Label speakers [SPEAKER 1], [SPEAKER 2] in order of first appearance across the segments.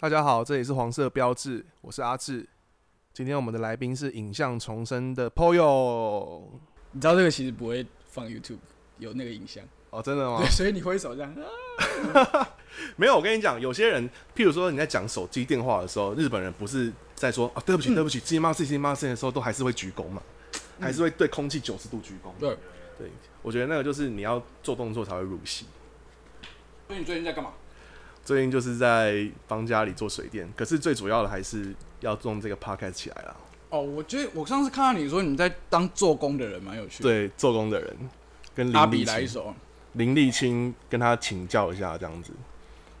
[SPEAKER 1] 大家好，这里是黄色标志，我是阿志。今天我们的来宾是影像重生的 Poyo。
[SPEAKER 2] 你知道这个其实不会放 YouTube，有那个影像，
[SPEAKER 1] 哦，真的吗
[SPEAKER 2] 对，？所以你挥手这样，啊
[SPEAKER 1] 没有，我跟你讲，有些人，譬如说你在讲手机电话的时候，日本人不是在说啊，对不起，对不起，自己骂自己骂自己的时候，都还是会鞠躬嘛，还是会对空气九十度鞠躬。
[SPEAKER 2] 对。
[SPEAKER 1] 嗯对，我觉得那个就是你要做动作才会入戏。
[SPEAKER 2] 所以你最近在干嘛？
[SPEAKER 1] 最近就是在帮家里做水电，可是最主要的还是要用这个 podcast 起来啦。
[SPEAKER 2] 哦，我觉得我上次看到你说你在当做工的人，蛮有趣的。
[SPEAKER 1] 对，做工的人跟
[SPEAKER 2] 阿
[SPEAKER 1] 林
[SPEAKER 2] 比
[SPEAKER 1] 立
[SPEAKER 2] 来一
[SPEAKER 1] 清，
[SPEAKER 2] 首，
[SPEAKER 1] 林立清跟他请教一下这样子。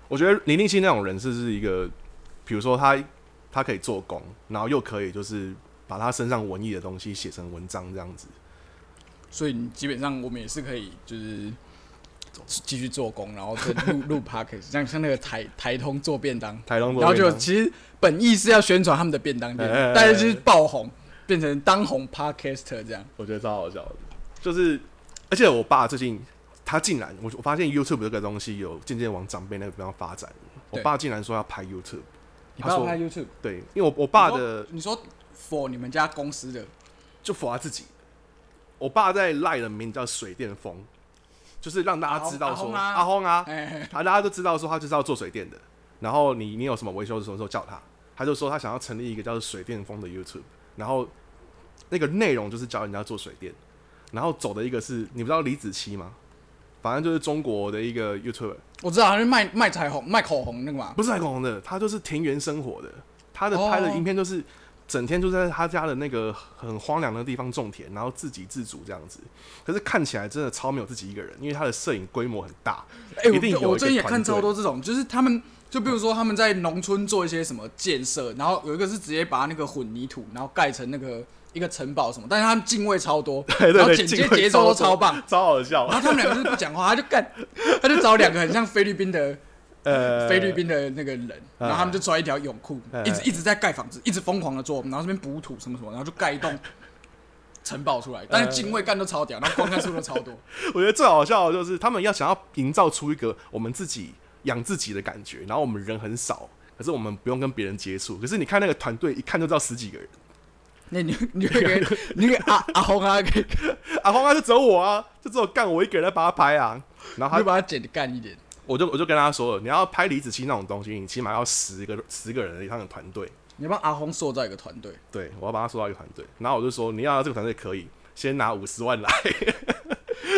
[SPEAKER 1] 我觉得林立清那种人是是一个，比如说他他可以做工，然后又可以就是把他身上文艺的东西写成文章这样子。
[SPEAKER 2] 所以你基本上我们也是可以就是 继续做工，然后再录 录 podcast，像像那个台台通做便当，
[SPEAKER 1] 台东做
[SPEAKER 2] 然后就
[SPEAKER 1] 便当
[SPEAKER 2] 其实本意是要宣传他们的便当店
[SPEAKER 1] 哎哎哎，
[SPEAKER 2] 但是就是爆红，变成当红 podcaster 这样。
[SPEAKER 1] 我觉得超好笑的，就是而且我爸最近他竟然我我发现 YouTube 这个东西有渐渐往长辈那个地方发展。我
[SPEAKER 2] 对
[SPEAKER 1] 爸竟然说要拍 YouTube，
[SPEAKER 2] 你
[SPEAKER 1] 他
[SPEAKER 2] 爸
[SPEAKER 1] 说
[SPEAKER 2] 拍 YouTube，
[SPEAKER 1] 对，因为我我爸的
[SPEAKER 2] 你说 for 你们家公司的，
[SPEAKER 1] 就符合他自己。我爸在赖的名字叫水电风，就是让大家知道说
[SPEAKER 2] 阿
[SPEAKER 1] 阿轰啊，
[SPEAKER 2] 哎哎，哎
[SPEAKER 1] 他大家都知道说他就是要做水电的。然后你你有什么维修的时候时候叫他，他就说他想要成立一个叫做水电风的 YouTube，然后那个内容就是教人家做水电，然后走的一个是你不知道李子柒吗？反正就是中国的一个 YouTuber，
[SPEAKER 2] 我知道他是卖卖彩虹、卖口红那个嘛。
[SPEAKER 1] 不是海口红的，他就是田园生活的，他的
[SPEAKER 2] 哦
[SPEAKER 1] 拍的影片就是整天就在他家的那个很荒凉的地方种田，然后自给自足这样子。可是看起来真的超没有自己一个人，因为他的摄影规模很大，
[SPEAKER 2] 哎、
[SPEAKER 1] 一定有一个
[SPEAKER 2] 我我最近也
[SPEAKER 1] 团
[SPEAKER 2] 看
[SPEAKER 1] 队
[SPEAKER 2] 超多这种，就是他们，就比如说他们在农村做一些什么建设，然后有一个是直接把那个混凝土，然后盖成那个一个城堡什么，但是他们敬畏超多，
[SPEAKER 1] 对对
[SPEAKER 2] 然后
[SPEAKER 1] 对，
[SPEAKER 2] 剪
[SPEAKER 1] 进
[SPEAKER 2] 接
[SPEAKER 1] 会
[SPEAKER 2] 节奏都
[SPEAKER 1] 超
[SPEAKER 2] 超棒，
[SPEAKER 1] 超好笑
[SPEAKER 2] 然。后他们两个就是不讲话，他就 干，他就找两个很像菲律宾的。
[SPEAKER 1] 呃，
[SPEAKER 2] 菲律宾的那个 人，
[SPEAKER 1] 嗯
[SPEAKER 2] 然后他们就穿一条泳裤，
[SPEAKER 1] 哎
[SPEAKER 2] 一直一直在盖房子，一直疯狂的做，然后这边补土什么什么，然后就盖一栋城堡出来，
[SPEAKER 1] 嗯
[SPEAKER 2] 但是敬畏干都超屌，然后观看数都超多。
[SPEAKER 1] 我觉得最好笑的就是他们要想要营造出一个我们自己养自己的感觉，然后我们人很少，可是我们不用跟别人接触。可是你看那个团队，一看就知道十几个人。
[SPEAKER 2] 那 你你就给 你给阿阿红啊，给
[SPEAKER 1] 啊，黄瓜就只有我啊，就只有干我一个人在把它拍啊。然后他
[SPEAKER 2] 你就把它剪得干一点。
[SPEAKER 1] 我就我就跟他说了，你要拍李子柒那种东西，你起码要十个十个人以上的团队。
[SPEAKER 2] 你要帮阿红塑造一个团队，
[SPEAKER 1] 对，我要把他说到一个团队。然后我就说，你要这个团队可以，先拿五十万来，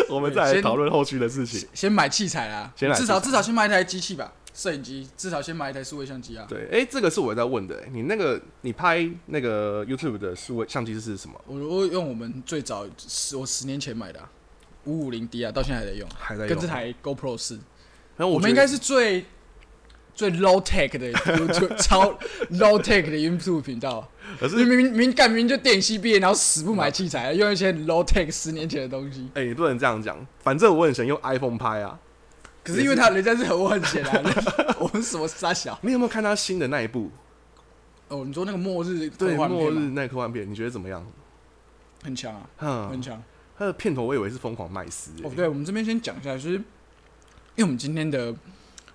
[SPEAKER 1] 我们再来
[SPEAKER 2] 先
[SPEAKER 1] 讨论后续的事情。
[SPEAKER 2] 先买器材啦，
[SPEAKER 1] 先买
[SPEAKER 2] 至少
[SPEAKER 1] 器材
[SPEAKER 2] 至少先买一台机器吧，摄影机，至少先买一台数位相机啊。
[SPEAKER 1] 对，哎、这个是我在问的、诶你那个你拍那个 YouTube 的数位相机是什么？
[SPEAKER 2] 我我用我们最早十我十年前买的啊五五零 D 啊，到现在还在用，
[SPEAKER 1] 还在用
[SPEAKER 2] 跟这台 GoPro 四，
[SPEAKER 1] 然后
[SPEAKER 2] 我
[SPEAKER 1] 我
[SPEAKER 2] 们应该是最最 low tech 的 YouTube 超 low tech 的 YouTube 频道，啊
[SPEAKER 1] 可 是啊
[SPEAKER 2] 明明明干明就电系毕业，然后死不买器材，用一些 low tech 十年前的东西。
[SPEAKER 1] 哎、你不能这样讲。反正我很喜欢用 iPhone 拍啊。
[SPEAKER 2] 可是因为他人家是很我很闲啊， 人我们什么傻小。
[SPEAKER 1] 你有没有看他新的那一部？
[SPEAKER 2] 哦，你说那个末日
[SPEAKER 1] 对，
[SPEAKER 2] 科幻
[SPEAKER 1] 末
[SPEAKER 2] 片啊
[SPEAKER 1] 日
[SPEAKER 2] 吗
[SPEAKER 1] 那科幻片，你觉得怎么样？
[SPEAKER 2] 很强啊，
[SPEAKER 1] 哼
[SPEAKER 2] 很，强。
[SPEAKER 1] 嗯它的片头我以为是疯狂麦斯、欸。
[SPEAKER 2] 哦，对，我们这边先讲一下，就是因为我们今天的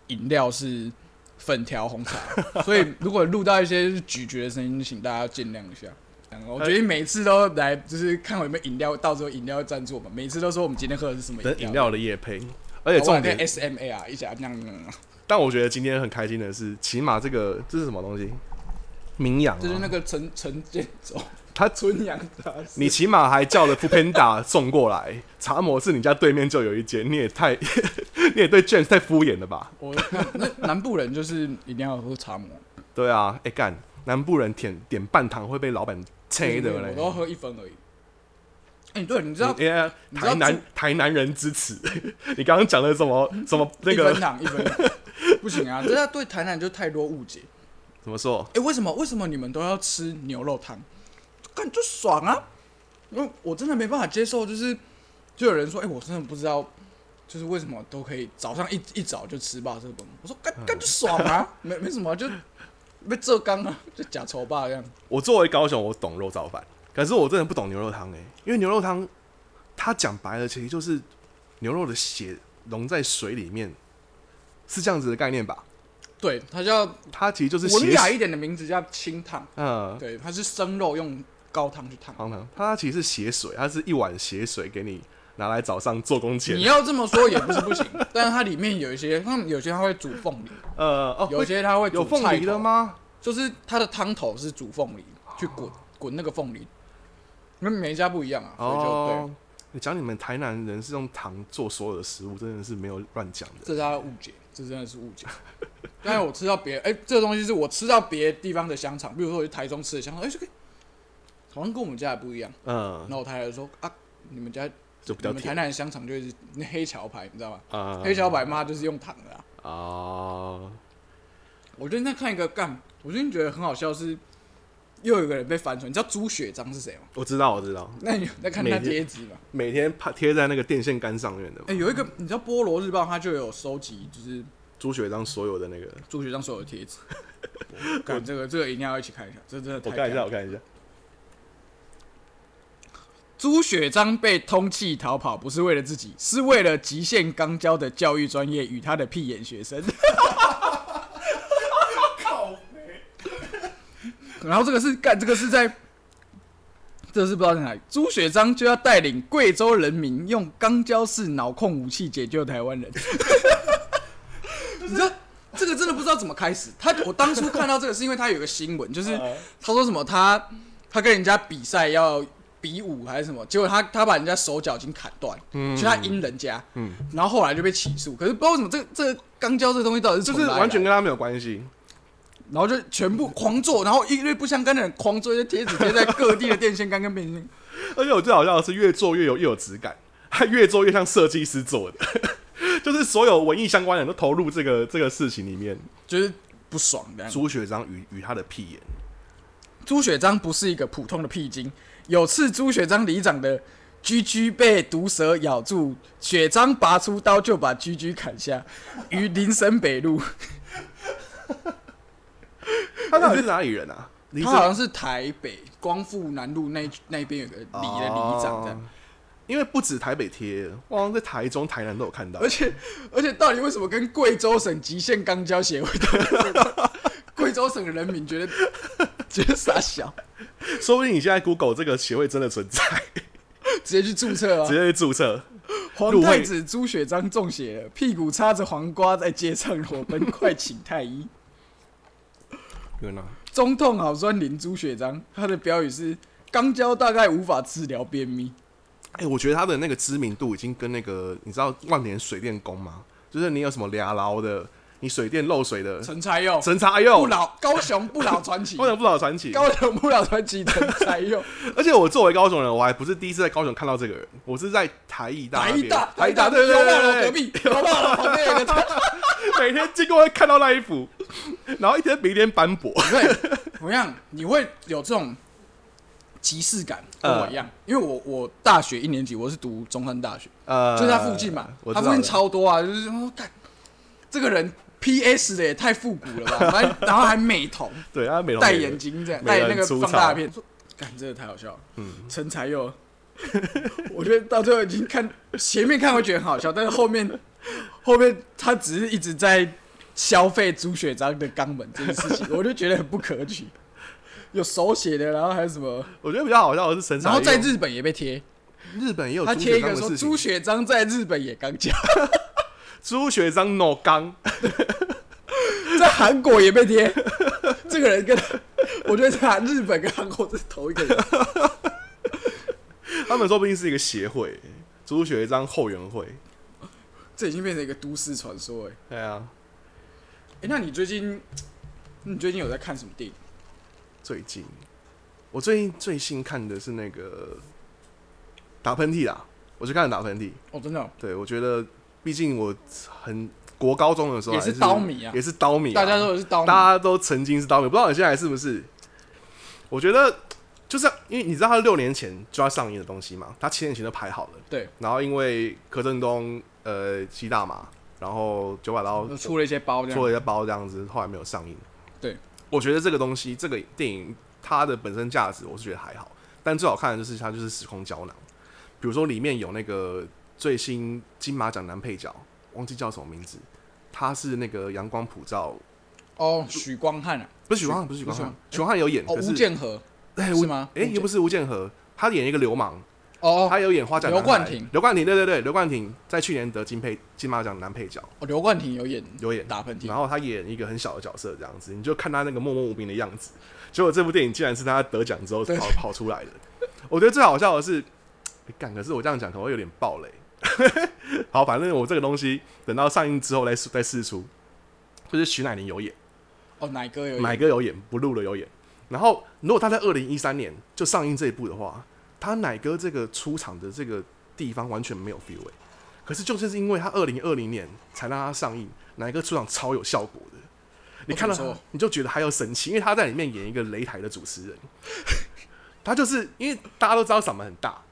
[SPEAKER 2] 饮料是粉条 红茶，所以如果录到一些咀嚼的声音，请大家见谅一下。嗯
[SPEAKER 1] 哎
[SPEAKER 2] 我决定每次都来，就是看我有没有饮料，到时候饮料赞助我们。每次都说我们今天喝的是什么
[SPEAKER 1] 等饮
[SPEAKER 2] 饮料，
[SPEAKER 1] 料的夜配，而且重点，
[SPEAKER 2] S M A 啊，一下那样，嗯
[SPEAKER 1] 但我觉得今天很开心的是，起码这个这是什么东西？名扬、啊，
[SPEAKER 2] 就是那个陈陈建州，
[SPEAKER 1] 他
[SPEAKER 2] 春阳大师
[SPEAKER 1] 你起码还叫了 f o o p a n d a 送过来，茶模是你家对面就有一间，你也太 你也对 James 太敷衍了吧？
[SPEAKER 2] 我那那南部人就是一定要喝茶 魔，
[SPEAKER 1] 对啊，哎、干，南部人点点半糖会被老板切的
[SPEAKER 2] 我
[SPEAKER 1] 嘞
[SPEAKER 2] 都。要喝一分而已。哎、对，你知道
[SPEAKER 1] 你哎呀
[SPEAKER 2] 你知道
[SPEAKER 1] 台南
[SPEAKER 2] 住
[SPEAKER 1] 台南人之耻， 你刚刚讲的什么什么那
[SPEAKER 2] 一
[SPEAKER 1] 个
[SPEAKER 2] 分党一分党， 不行啊！这要对台南就太多误解。
[SPEAKER 1] 怎么说？
[SPEAKER 2] 哎、为什么为什么你们都要吃牛肉汤？感就爽啊！因为我真的没办法接受，就是就有人说，哎、我真的不知道，就是为什么都可以早上一一早就吃吧这本。我说干
[SPEAKER 1] 嗯
[SPEAKER 2] 干就爽啊，没没什么啊、就被浙缸啊，就假愁吧这样。
[SPEAKER 1] 我作为高雄，我懂肉燥饭，可是我真的不懂牛肉汤哎、因为牛肉汤，它讲白了其实就是牛肉的血溶在水里面，是这样子的概念吧？
[SPEAKER 2] 对，它叫
[SPEAKER 1] 它其实就是
[SPEAKER 2] 文
[SPEAKER 1] 写
[SPEAKER 2] 雅一点的名字叫清烫，
[SPEAKER 1] 嗯，
[SPEAKER 2] 对，它是生肉用高汤去烫。
[SPEAKER 1] 好像它其实是血水，它是一碗血水给你拿来早上做工前
[SPEAKER 2] 你，要这么说也不是不行， 但是它里面有一些，像有些它会煮凤梨，
[SPEAKER 1] 呃，哦，
[SPEAKER 2] 有
[SPEAKER 1] 会
[SPEAKER 2] 些它会
[SPEAKER 1] 有
[SPEAKER 2] 煮
[SPEAKER 1] 凤
[SPEAKER 2] 菜
[SPEAKER 1] 梨的
[SPEAKER 2] 头？
[SPEAKER 1] 吗？哦
[SPEAKER 2] 就是它的汤头是煮凤梨，去滚滚那个凤梨，因为每一家不一样啊，所以就、
[SPEAKER 1] 哦，你讲你们台南人是用糖做所有的食物，真的是没有乱讲
[SPEAKER 2] 对，
[SPEAKER 1] 的。
[SPEAKER 2] 这是它的误解，这真的是误解。 但是我吃到别哎、这个东西是我吃到别的地方的香肠，比如说我去台中吃的香肠，哎、这个好像跟我们家的不一样。然
[SPEAKER 1] 嗯，
[SPEAKER 2] 后我太太就说啊，你们家
[SPEAKER 1] 就比较
[SPEAKER 2] 你们台
[SPEAKER 1] 甜
[SPEAKER 2] 南的香肠就是那黑桥牌，你知道吗？
[SPEAKER 1] 啊
[SPEAKER 2] 黑桥牌嘛就是用糖的、啊。
[SPEAKER 1] 啊，
[SPEAKER 2] 我最近在看一个干，我最近觉得很好笑是，又有一个人被翻出来，你知道朱雪章是谁吗？
[SPEAKER 1] 我知道，我知道，
[SPEAKER 2] 那你有在看
[SPEAKER 1] 每
[SPEAKER 2] 他
[SPEAKER 1] 天
[SPEAKER 2] 贴纸吗？
[SPEAKER 1] 每天怕贴在那个电线杆上面的嘛
[SPEAKER 2] 哎、有一个你知道《菠萝日报》它就有收集，就是
[SPEAKER 1] 朱学章所有的那个，
[SPEAKER 2] 朱学章所有的贴纸。干这个这个一定要一起看一下，这真的太
[SPEAKER 1] 我看一
[SPEAKER 2] 屌
[SPEAKER 1] 下，
[SPEAKER 2] 了
[SPEAKER 1] 我看一下，
[SPEAKER 2] 朱雪章被通缉逃跑，不是为了自己，是为了极限刚交的教育专业与他的屁眼学生。然后这个是干，这个是在，这个是不知道在哪里。朱雪章就要带领贵州人民用钢胶式脑控武器解救台湾人。你知道这个真的不知道怎么开始。他我当初看到这个是因为他有个新闻，就是他说什么他他跟人家比赛要比武还是什么，结果他他把人家手脚已经砍断，嗯，所以他阴人家，嗯，然后后来就被起诉。可是不知道为什么这个这个钢胶这个东西到底是
[SPEAKER 1] 就
[SPEAKER 2] 从
[SPEAKER 1] 是
[SPEAKER 2] 哪里来的啊
[SPEAKER 1] 完全跟他没有关系。
[SPEAKER 2] 然后就全部狂做，然后一堆不相干的人狂做一些贴纸贴在各地的电线杆跟变线。
[SPEAKER 1] 而且我最好笑的是，越做越有越有质感，他越做越像设计师做的， 就是所有文艺相关的人都投入这个这个事情里面。
[SPEAKER 2] 就是不爽这样。
[SPEAKER 1] 朱学章与与他的屁眼，
[SPEAKER 2] 朱雪章不是一个普通的屁精，有次朱雪章里长的居居被毒蛇咬住，雪章拔出刀就把居居砍下，于林森北路。
[SPEAKER 1] 他到底是哪里人啊？你
[SPEAKER 2] 他好像是台北光复南路那那边有个里的里长这样。
[SPEAKER 1] 哦因为不止台北贴，我好像在台中、台南都有看到
[SPEAKER 2] 而。且而且到底为什么跟贵州省极限钢交协会的 贵州省的人民觉得觉得傻小，
[SPEAKER 1] 说不定你现在 Google 这个协会真的存在，
[SPEAKER 2] 直接去注册啊
[SPEAKER 1] 直！接去注册。
[SPEAKER 2] 皇太子朱雪章中邪了，屁股插着黄瓜在街上裸奔，快请太医！
[SPEAKER 1] 有呢，
[SPEAKER 2] 中痛好酸林朱雪章，他的标语是“钢胶大概无法治疗便秘
[SPEAKER 1] 哎、我觉得他的那个知名度已经跟那个你知道万年水电工吗？就是你有什么俩牢的，你水电漏水”。的，
[SPEAKER 2] 陈才佑
[SPEAKER 1] 陈查
[SPEAKER 2] 不
[SPEAKER 1] 佑，
[SPEAKER 2] 老高雄不老 传奇
[SPEAKER 1] 不，能不老传奇。
[SPEAKER 2] 高雄不老传奇陈才 佑，
[SPEAKER 1] 而且我作为高雄人，我还不是第一次在高雄看到这个人，我是在台艺大
[SPEAKER 2] 台
[SPEAKER 1] 那边
[SPEAKER 2] 一大
[SPEAKER 1] 台艺大对
[SPEAKER 2] 对
[SPEAKER 1] 对
[SPEAKER 2] 楼
[SPEAKER 1] 对对
[SPEAKER 2] 隔壁，楼霸楼旁边有个台
[SPEAKER 1] 对，每天经过会看到那一幅，然后一天比一天斑驳。
[SPEAKER 2] 对，同样你会有这种即视感，跟
[SPEAKER 1] 呃
[SPEAKER 2] 我一样，因为我我大学一年级我是读中山大学，
[SPEAKER 1] 呃，
[SPEAKER 2] 就是它附近嘛，
[SPEAKER 1] 我
[SPEAKER 2] 它
[SPEAKER 1] 知
[SPEAKER 2] 附
[SPEAKER 1] 道
[SPEAKER 2] 近
[SPEAKER 1] 的。
[SPEAKER 2] 超多啊，就是说，干这个人 PS 的也太复古了吧，反 正然后还美瞳，
[SPEAKER 1] 对，他美容
[SPEAKER 2] 戴眼，镜这样，
[SPEAKER 1] 美
[SPEAKER 2] 戴
[SPEAKER 1] 人嗯
[SPEAKER 2] 那个
[SPEAKER 1] 粗
[SPEAKER 2] 放大片，说干真的太好笑了，陈才佑。 我觉得到最后已经看前面看会觉得很好笑，但是后面后面他只是一直在消费朱雪章的肛门这件事 情，我就觉得很不可取。有手写的，然后还有什么？
[SPEAKER 1] 我觉得比较好笑的是陈
[SPEAKER 2] 然
[SPEAKER 1] 查
[SPEAKER 2] 后
[SPEAKER 1] 佑，
[SPEAKER 2] 在日本也被贴，
[SPEAKER 1] 日本也有
[SPEAKER 2] 他
[SPEAKER 1] 哦朱
[SPEAKER 2] 贴
[SPEAKER 1] 学
[SPEAKER 2] 一
[SPEAKER 1] 章的
[SPEAKER 2] 个说
[SPEAKER 1] 事
[SPEAKER 2] 朱
[SPEAKER 1] 情，
[SPEAKER 2] 雪章在日本也刚交，
[SPEAKER 1] 朱学章 no 刚，
[SPEAKER 2] 在韩国也被贴。 这个人跟我觉得他日本跟韩国是同一个人。
[SPEAKER 1] 他们说不定是一个协会，朱学章后援会。
[SPEAKER 2] 这已经变成一个都市传说哎、
[SPEAKER 1] 对啊，
[SPEAKER 2] 哎、那你最近，你最近有在看什么电影？
[SPEAKER 1] 最近我最近最新看的是那个打喷嚏啦，我去看了打喷嚏。
[SPEAKER 2] 哦，真的哦、
[SPEAKER 1] 对，我觉得，毕竟我很国高中的时候
[SPEAKER 2] 也
[SPEAKER 1] 还
[SPEAKER 2] 是
[SPEAKER 1] 是
[SPEAKER 2] 刀迷啊
[SPEAKER 1] 也是刀迷啊、
[SPEAKER 2] 大家都是刀
[SPEAKER 1] 大
[SPEAKER 2] 嘛，
[SPEAKER 1] 家都曾经是刀迷，不知道你现在还是不是？我觉得就是因为你知道，他六年前就要上映的东西嘛，他七年前就排好了，
[SPEAKER 2] 对，
[SPEAKER 1] 然后因为柯震东呃吸大麻，然后九把刀
[SPEAKER 2] 都出了一些包这
[SPEAKER 1] 做
[SPEAKER 2] 样。
[SPEAKER 1] 了一个包这样子，后来没有上映。
[SPEAKER 2] 对，
[SPEAKER 1] 我觉得这个东西，这个电影它的本身价值，我是觉得还好。但最好看的就是它就是时空胶囊，比如说里面有那个最新金马奖男配角，忘记叫什么名字，他是那个阳光普照
[SPEAKER 2] 哦，许光汉啊，
[SPEAKER 1] 不是许光汉，不是许光
[SPEAKER 2] 不
[SPEAKER 1] 汉许
[SPEAKER 2] 是，
[SPEAKER 1] 光汉有演，可
[SPEAKER 2] 哦，吴
[SPEAKER 1] 是
[SPEAKER 2] 建和，
[SPEAKER 1] 哎，
[SPEAKER 2] 是
[SPEAKER 1] 吴
[SPEAKER 2] 吗
[SPEAKER 1] 哎，
[SPEAKER 2] 吴
[SPEAKER 1] 又不是吴建和，他演一个流氓，
[SPEAKER 2] 哦哦
[SPEAKER 1] 他有演《花甲
[SPEAKER 2] 刘
[SPEAKER 1] 男
[SPEAKER 2] 冠
[SPEAKER 1] 孩
[SPEAKER 2] 廷
[SPEAKER 1] 刘冠廷，对对对，刘冠廷在去年得金配金马奖男配角，
[SPEAKER 2] 哦，刘冠廷有演
[SPEAKER 1] 有演
[SPEAKER 2] 打喷嚏
[SPEAKER 1] 然，后他演一个很小的角色，这样子，你就看他那个默默无名的样子。结果这部电影竟然是他得奖之后
[SPEAKER 2] 对
[SPEAKER 1] 跑跑出来的。我觉得最好笑的是，诶干、可是我这样讲可能会有点暴雷。 好，反正我这个东西等到上映之后再试再试出。就是徐乃麟有演，
[SPEAKER 2] 哦，奶哥有
[SPEAKER 1] 乃
[SPEAKER 2] 演，
[SPEAKER 1] 哥有演，不录了有演。然后如果他在二零一三年就上映这一部的话，他乃哥这个出场的这个地方完全没有 feel、欸。可是就是因为他二零二零年才让他上映，乃哥出场超有效果的。你看到
[SPEAKER 2] 哦怎么
[SPEAKER 1] 他
[SPEAKER 2] 说，
[SPEAKER 1] 你就觉得他要神奇，因为他在里面演一个擂台的主持人。他就是因为大家都知道嗓门很大，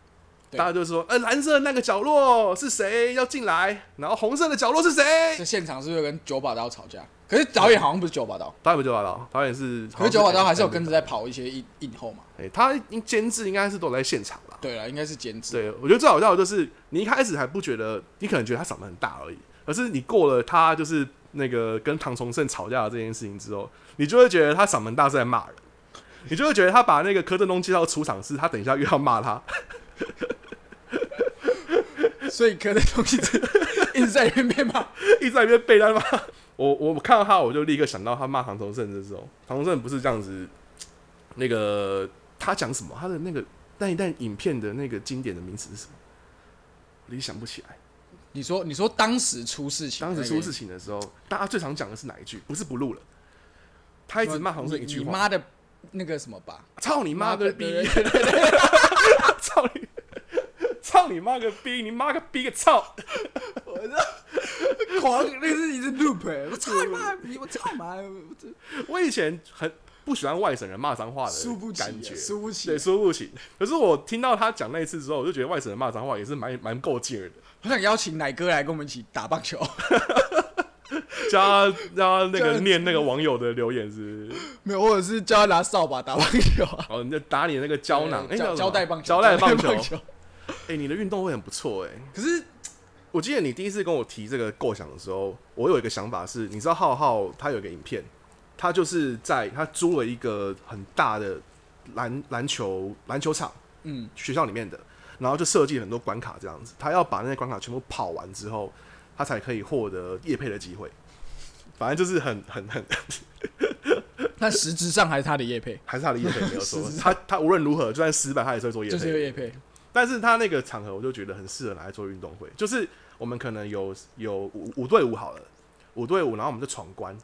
[SPEAKER 2] 对
[SPEAKER 1] 大家就说：“呃，蓝色那个角落是谁要进来？然后红色的角落是谁
[SPEAKER 2] 在现场是不是有跟九把刀吵架？可是导演好像不是九把刀，？”
[SPEAKER 1] 导演不就完了？导演是，
[SPEAKER 2] 可是九把刀还是有跟着在跑一些映映后嘛。
[SPEAKER 1] 哎、他应监制应该是都有在现场啦。
[SPEAKER 2] 对了，应该是剪纸。
[SPEAKER 1] 对，我觉得最好笑的就是你一开始还不觉得，你可能觉得他嗓门很大而已，而是你过了他就是那个跟唐崇盛吵架的这件事情之后，你就会觉得他嗓门大是在骂人，你就会觉得他把那个柯震东介绍出场是他等一下又要骂他，
[SPEAKER 2] 所以柯震东一直 一直在那边骂，
[SPEAKER 1] 一直在那边背他骂。我我看到他，我就立刻想到他骂唐崇盛的时候，唐崇盛不是这样子，那个他讲什么？他的那个那一段影片的那个经典的名词是什么？我一想不起来。
[SPEAKER 2] 你说你说当时出事情，
[SPEAKER 1] 当时出事情
[SPEAKER 2] 情，
[SPEAKER 1] 的时候，大家最常讲的是哪一句？不是不录了，他一直骂洪胜一句
[SPEAKER 2] 你
[SPEAKER 1] 话
[SPEAKER 2] 妈的那个什么吧，：“
[SPEAKER 1] 操你妈个
[SPEAKER 2] 对
[SPEAKER 1] 逼！ 操你，操你妈个逼！你妈个逼个操
[SPEAKER 2] 狂，那是一直 loop，欸我操你妈逼，我操你妈，我这！”
[SPEAKER 1] 我以前很不喜欢外省人骂脏话的
[SPEAKER 2] 输不起啊
[SPEAKER 1] 感觉，
[SPEAKER 2] 输不起啊
[SPEAKER 1] 对，输不起。可是我听到他讲那一次之后，我就觉得外省人骂脏话也是蛮蛮够劲儿的，
[SPEAKER 2] 我想邀请奶哥来跟我们一起打棒球，
[SPEAKER 1] 叫他让他那
[SPEAKER 2] 这样
[SPEAKER 1] 个
[SPEAKER 2] 子
[SPEAKER 1] 念那个网友的留言是不是。
[SPEAKER 2] 没有，或者是叫他拿扫把打棒球啊，
[SPEAKER 1] 哦，你就打你的那个胶囊，哎，
[SPEAKER 2] 对胶
[SPEAKER 1] 叫什么
[SPEAKER 2] 胶带棒球，
[SPEAKER 1] 胶带棒球。
[SPEAKER 2] 球。
[SPEAKER 1] 哎，你的运动会很不错哎。
[SPEAKER 2] 可是
[SPEAKER 1] 我记得你第一次跟我提这个构想的时候，我有一个想法是，你知道浩浩他有一个影片，他就是在他租了一个很大的篮篮球篮球场，
[SPEAKER 2] 嗯，
[SPEAKER 1] 学校里面的，然后就设计很多关卡这样子，他要把那些关卡全部跑完之后，他才可以获得业配的机会。反正就是很很 很，
[SPEAKER 2] 但实质上还是他的叶配，
[SPEAKER 1] 还是他的业配没有说
[SPEAKER 2] 是是，是
[SPEAKER 1] 他他无论如何就算失败，他也是会做业配
[SPEAKER 2] 就
[SPEAKER 1] 的。
[SPEAKER 2] 是有叶配，
[SPEAKER 1] 但是他那个场合，我就觉得很适合拿来做运动会。就是我们可能有有五五对五好了，五对五，然后我们就闯关